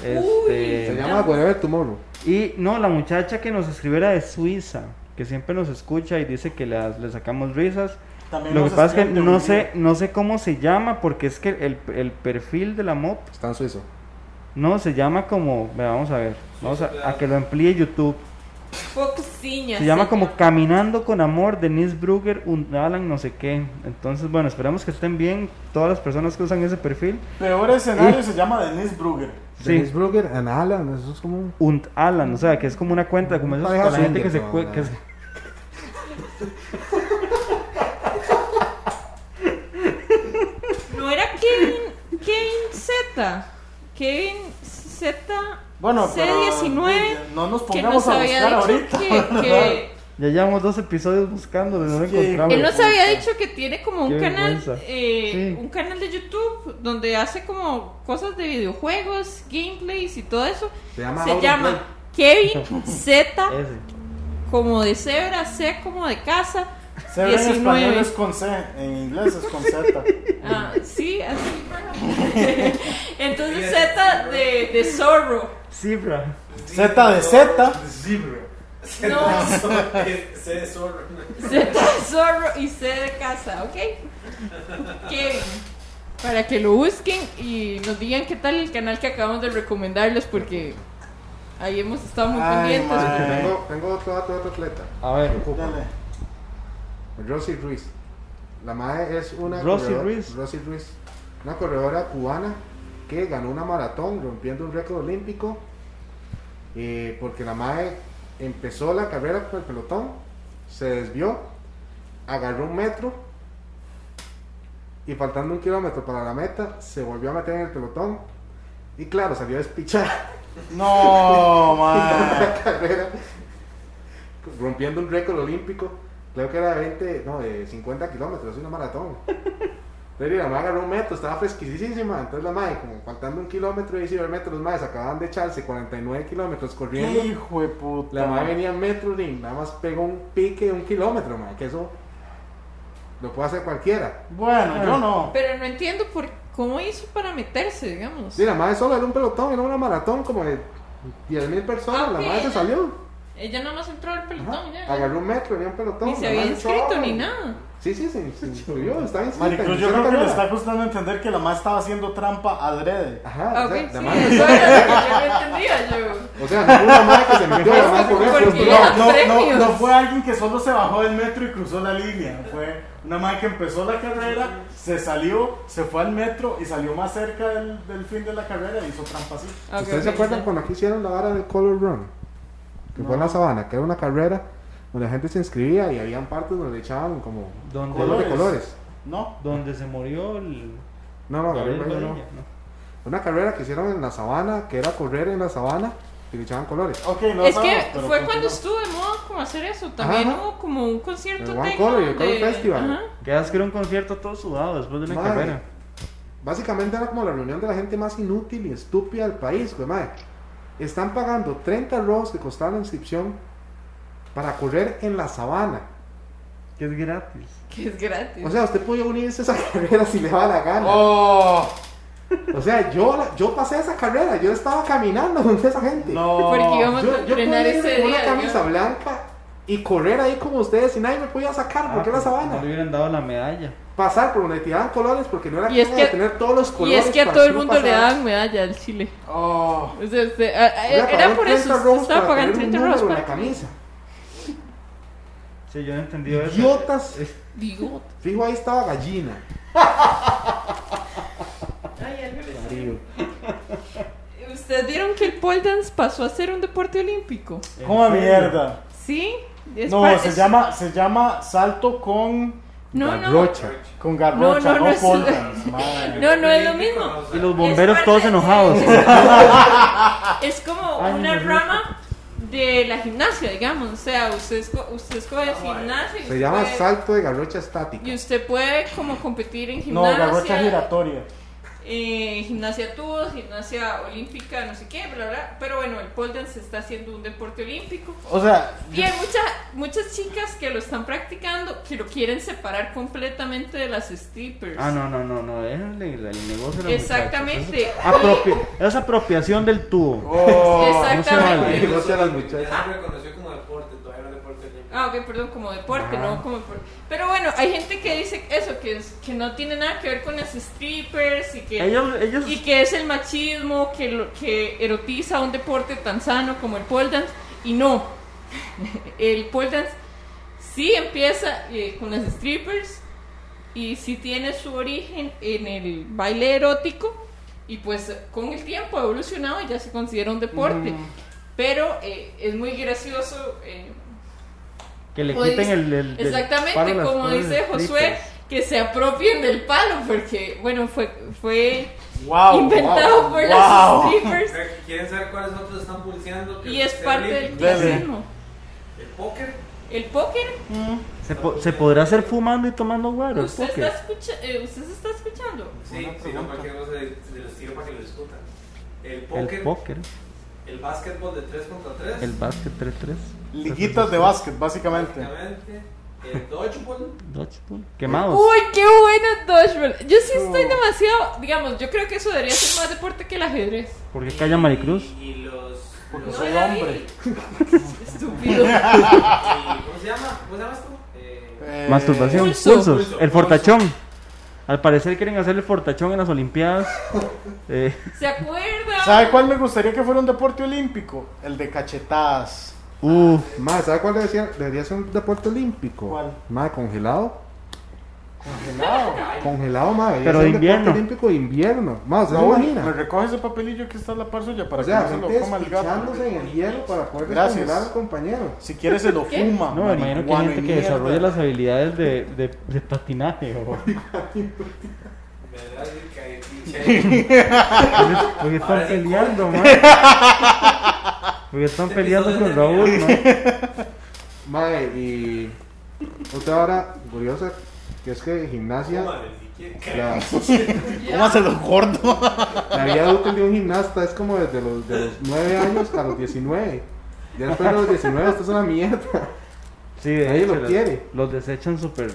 Se Este, llama Whatever Tomorrow. y no, la muchacha que nos escribiera de Suiza, que siempre nos escucha y dice que las- le sacamos risas. También Lo que nos pasa es que escriben de no un día. sé, no sé cómo se llama, porque es que el, el perfil de la MOP Está en suizo. no se llama como. vea, Vamos a ver, vamos a, a que lo amplíe YouTube. Foxiña. Se llama como Caminando con Amor, Denise Brugger, un Alan, no sé qué. Entonces, bueno, esperamos que estén bien todas las personas que usan ese perfil. Peor escenario se llama Denise Brugger. Sí. Dennis Brugger and Alan, eso es como un- Und Alan, o sea, que es como una cuenta, como esos, Pareja con la gente swinger, que se, no, cue- no. que se- No era Kevin, Kevin Z. Kevin Z. Bueno, pero C19. no nos que pongamos nos a había buscar dicho ahorita. que, que- Ya llevamos dos episodios buscándolo, no lo Es que- encontramos. él nos había puta. dicho que tiene como un Qué canal vergüenza. eh, Sí. un canal de YouTube donde hace como cosas de videojuegos, gameplays y todo eso. Se llama Se Auron llama Play. Kevin Z Ese. como de cebra, C como de casa. Se ve en español 19. es con C, en inglés es con Z. Ah, sí, así. Entonces Z de, de zorro. Sí, bro. pues, Z de Z. Zebra. No. C de zorro. Z de zorro y C de casa, ¿ok? Kevin. Para que lo busquen y nos digan qué tal el canal que acabamos de recomendarles porque ahí hemos estado muy Ay, pendientes. madre. Tengo, tengo otro dato de otro atleta. A ver, Dale. Rosy Ruiz. La madre es una. Rosy corredora- Ruiz. Rosy Ruiz. Una corredora cubana que ganó una maratón rompiendo un récord olímpico. eh, porque la madre empezó la carrera por el pelotón, se desvió, agarró un metro y faltando un kilómetro para la meta, se volvió a meter en el pelotón. Y claro, salió despichada No, man. la carrera, rompiendo un récord olímpico. Creo que era de 20, no, de 50 kilómetros, una maratón. Pero y la madre agarró un metro, estaba fresquisísima. Entonces la madre, como faltando un kilómetro y 19 metros, los madres acababan de echarse 49 kilómetros corriendo. Qué hijo de puta. La madre venía en metro y nada más pegó un pique de un kilómetro, madre, que eso lo puede hacer cualquiera. Bueno, yo no. Pero no entiendo por cómo hizo para meterse, digamos. Sí, la madre solo era un pelotón, era una maratón como de 10.000 personas. Ah, La sí. madre se salió. Ella nada más entró al pelotón. ya, Ajá, ya. Agarró un metro, había un pelotón. Ni se la había madre estaba- inscrito ni nada. Sí, sí, se se inscribió, está inscrita. Maricruz, yo inscrita creo que en le la- está costando entender que la más estaba haciendo trampa adrede. Ajá, Ah, o ok, sea, sí, la madre- eso era lo que yo no entendía yo. O sea, ninguna madre que se metió la madre con Porque- eso. porque- no. No, no, Premios. no fue alguien que solo se bajó del metro y cruzó la línea. Fue una madre que empezó la carrera, se salió, se fue al metro y salió más cerca del, del fin de la carrera y hizo trampa así. Ah, ok, ¿Ustedes se ok, acuerdan sí. cuando aquí hicieron la vara del Color Run? Que fue en la sabana, que era una carrera donde la gente se inscribía y habían partes donde le echaban como Donde- color de colores. ¿No? Donde se murió el. No, no, Gabriel Gabriel Bernal no. Padilla, ¿no? Una carrera que hicieron en la sabana, que era correr en la sabana y le echaban colores. Ok, no Es sabemos, que pero fue continúa. cuando estuvo de moda como hacer eso. También Ajá. hubo como un concierto El One techno Color y el Color de- Festival. Ajá. Que das que era un concierto todo sudado después de una Madre. carrera. Básicamente era como la reunión de la gente más inútil y estúpida del país, güey, madre. Están pagando 30 robos que costaba la inscripción para correr en la sabana. Que es gratis. Que es gratis. O sea, usted podía unirse a esa carrera si le daba la gana. ¡Oh! O sea, yo, la- yo pasé esa carrera, yo estaba caminando donde esa gente. No. Porque íbamos a yo, yo podía entrenar ir con ese día. una camisa digamos. blanca y correr ahí como ustedes y nadie me podía sacar porque era Ah, sabana. No le hubieran dado la medalla. Pasar por donde tiraban colores porque no era Y es cosa de que- tener todos los Y colores. es que a para todo el uno mundo le pasar. daban medalla al chile. ¡Oh! O sea, este, a- a- Yo le era pagaba por 30 eso. rojos Estaba para pagando pues. tener un 30 euros número en la para camisa. Sí, yo no he entendido eso. Idiotas. Digo, Fijo, ahí estaba gallina. ay, algo le salió. Mario. ¿Ustedes vieron que el pole dance pasó a ser un deporte olímpico? ¡Cómo ¿En serio? mierda! Sí. es No, par- se es- llama, se llama salto con, No, no. Garrocha. con garrocha, No, no, no, no es- pole dance, madre. No, no es lo mismo. Y los Es bomberos parte todos de- enojados. Es como Ay, una me río. rama de la gimnasia, digamos. O sea, usted, esco- usted escoge gimnasia. y Se usted llama puede- salto de garrocha estática. Y usted puede como competir en No, gimnasia. garrocha giratoria. eh, gimnasia tubos, gimnasia olímpica, no sé qué, bla, bla. Pero bueno, el pole dance está haciendo un deporte olímpico. O sea, Y hay mucha- muchas chicas que lo están practicando que lo quieren separar completamente de las strippers. Ah, no, no, no, no. Déjenle el, el negocio. a los muchachos. Exactamente. Eso- apropi- pues, Es apropiación del tubo. oh, no se vale. Exactamente. Garrocha a las muchachas. Ah, reconoció como deporte, todavía no deporte. Ah, ok, perdón, como deporte, Ah. no como por- Pero bueno, hay gente que dice eso, que, es, que no tiene nada que ver con las strippers y que, Ellos, ellos. y que es el machismo que, lo- que erotiza un deporte tan sano como el pole dance. Y no, el pole dance sí empieza eh, con las strippers y sí tiene su origen en el baile erótico y pues con el tiempo ha evolucionado y ya se considera un deporte. Pero eh, es muy gracioso. eh, Que le como quiten dice- el. el- del palo a Exactamente, las como pobres dice Josué, strippers. que se apropien del palo, porque, bueno, fue, fue wow, inventado wow, por wow. las strippers ¿Quieren saber cuáles otros están pulseando? que y es sea parte del olímpico? Dele. clasismo. El póker. El póker, Mm, Se, po- se podrá hacer fumando y tomando guaro. el usted, póker. Está escucha- eh, usted se está escuchando. Sí, si no, cualquier cosa de, de los tíos para que lo discutan. El póker, El el, póker. básquetbol de 3 contra 3. El básquet 3-3. Liguitas de básquet, básicamente. Exactamente. El dodgeball. Dodgeball. Quemados. Uy, qué bueno dodgeball. Yo sí estoy Oh. demasiado, digamos, yo creo que eso debería ser más deporte que el ajedrez. ¿Por qué calla Maricruz? Y, y los. Porque los- soy la vi. hombre. Estúpido. y- ¿Cómo se llama? ¿Cómo se llama esto? Eh, Eh, Masturbación. Pulso. Pulsos. Pulso, El pulso. fortachón. Al parecer quieren hacer el fortachón en las Olimpiadas. Eh, ¿Se acuerda? ¿Sabe cuál me gustaría que fuera un deporte olímpico? El de cachetadas. Uh, madre, ¿sabe cuál debería, debería ser un deporte olímpico? ¿Cuál? Madre, congelado. Congelado. Congelado, madre. debería Pero ser de un deporte invierno. olímpico de invierno. Madre, ¿se lo Raúl, imagina? me recoge ese papelillo que está a la par suya para O sea, que no se gente lo coma el gato. despichándose en el hielo para poder Gracias. descongelar al compañero. Si quiere se lo ¿Qué? fuma. no, me imagino que hay marihuano gente y que desarrolla mierda. las habilidades de, de, de patinaje. o- ¿Verdad? Que hay pinche. Porque Ahora están sí, peleando, man. Porque están Este peleando con episodio Raúl, es man. Madre, y otra hora curiosa, que es que gimnasia, Madre, si quiere. la, Cómaselo gordo. la vida útil de un gimnasta es como desde los, de los 9 años a los 19. Ya después de los 19 esto es una mierda. Sí, de Nadie hecho, lo los, quiere. los desechan súper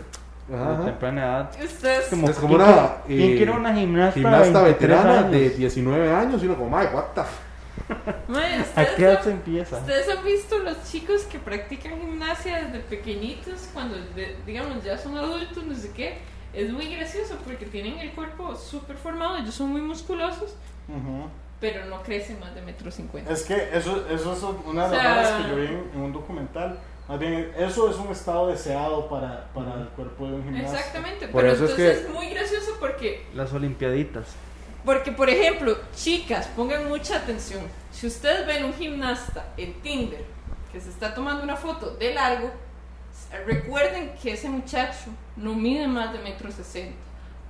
Ajá, de ajá. temprana edad. Ustedes, Es como ¿quién, una, quiere- quién eh, quiere una gimnasta, Gimnasta 23 veterana años? de 19 años y uno como, madre, what the f-". Mae, ¿A ¿ustedes qué edad no- se empieza? ¿Ustedes han visto los chicos que practican gimnasia desde pequeñitos, cuando de- digamos ya son adultos, no sé qué? Es muy gracioso porque tienen el cuerpo súper formado, ellos son muy musculosos, Ujú. pero no crecen más de metro cincuenta. Es que eso, eso es una de O las sea- cosas que yo vi en, en un documental. Más bien, eso es un estado deseado para, para el cuerpo de un gimnasta. Exactamente, Por pero eso es entonces que- es, muy gracioso porque, Las olimpiaditas. porque, por ejemplo, chicas, pongan mucha atención. Si ustedes ven un gimnasta en Tinder que se está tomando una foto de largo, Recuerden que ese muchacho no mide más de metro sesenta,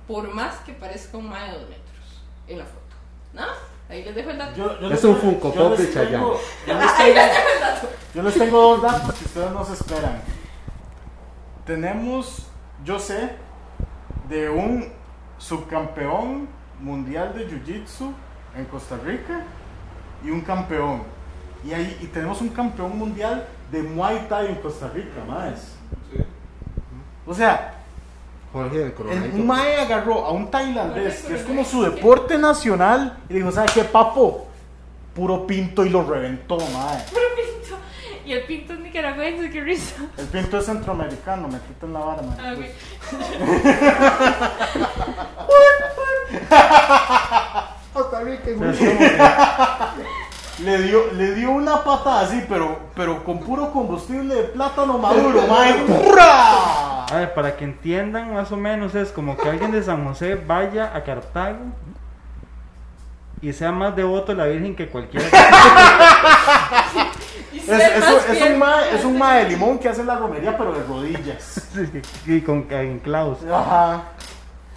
por más que parezca un más de dos metros en la foto. ¿No? Ahí les dejo el dato. Yo- yo Es les- un Funko Pop yo les de Chayanne. tengo- yo les tengo- Yo les tengo dos datos que ustedes no se esperan. Tenemos, yo sé, de un subcampeón mundial de Jiu-Jitsu en Costa Rica y un campeón. Y, ahí, y tenemos un campeón mundial de Muay Thai en Costa Rica, más. O sea, Jorge del el, Coronel. un mae agarró a un tailandés, Correcto, que es correcto. como su deporte nacional, y le dijo, ¿sabes qué, papo? Puro pinto y lo reventó, mae. Pero pinto. Y el pinto es nicaragüense, qué risa. El pinto es centroamericano, me en la vara, mae. Ah, ok. Costa Rica, O sea, es como que- Le dio, le dio una patada así, pero, pero con puro combustible de plátano maduro, mae. ¡Hurra! a ver, para que entiendan más o menos, es como que alguien de San José vaya a Cartago y sea más devoto de la Virgen que cualquiera. Y Es, ser es más un- es fiel. un mae, es un mae de limón que hace la romería, pero de rodillas. y con en Klaus. Ajá.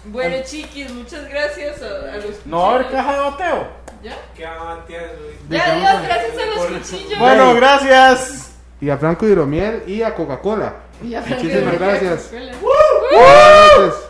Bueno, chiquis, muchas gracias a, a los No va a haber cuchillos. caja de bateo. ¿Ya? ¿Qué amantes, Luis? Ya, Digamos, adiós, gracias a los por- cuchillos. Bueno, gracias. Y a Franco Hidromiel y a Coca-Cola. Y a Frank muchísimas Rivera, gracias. Coca-Cola. Gracias.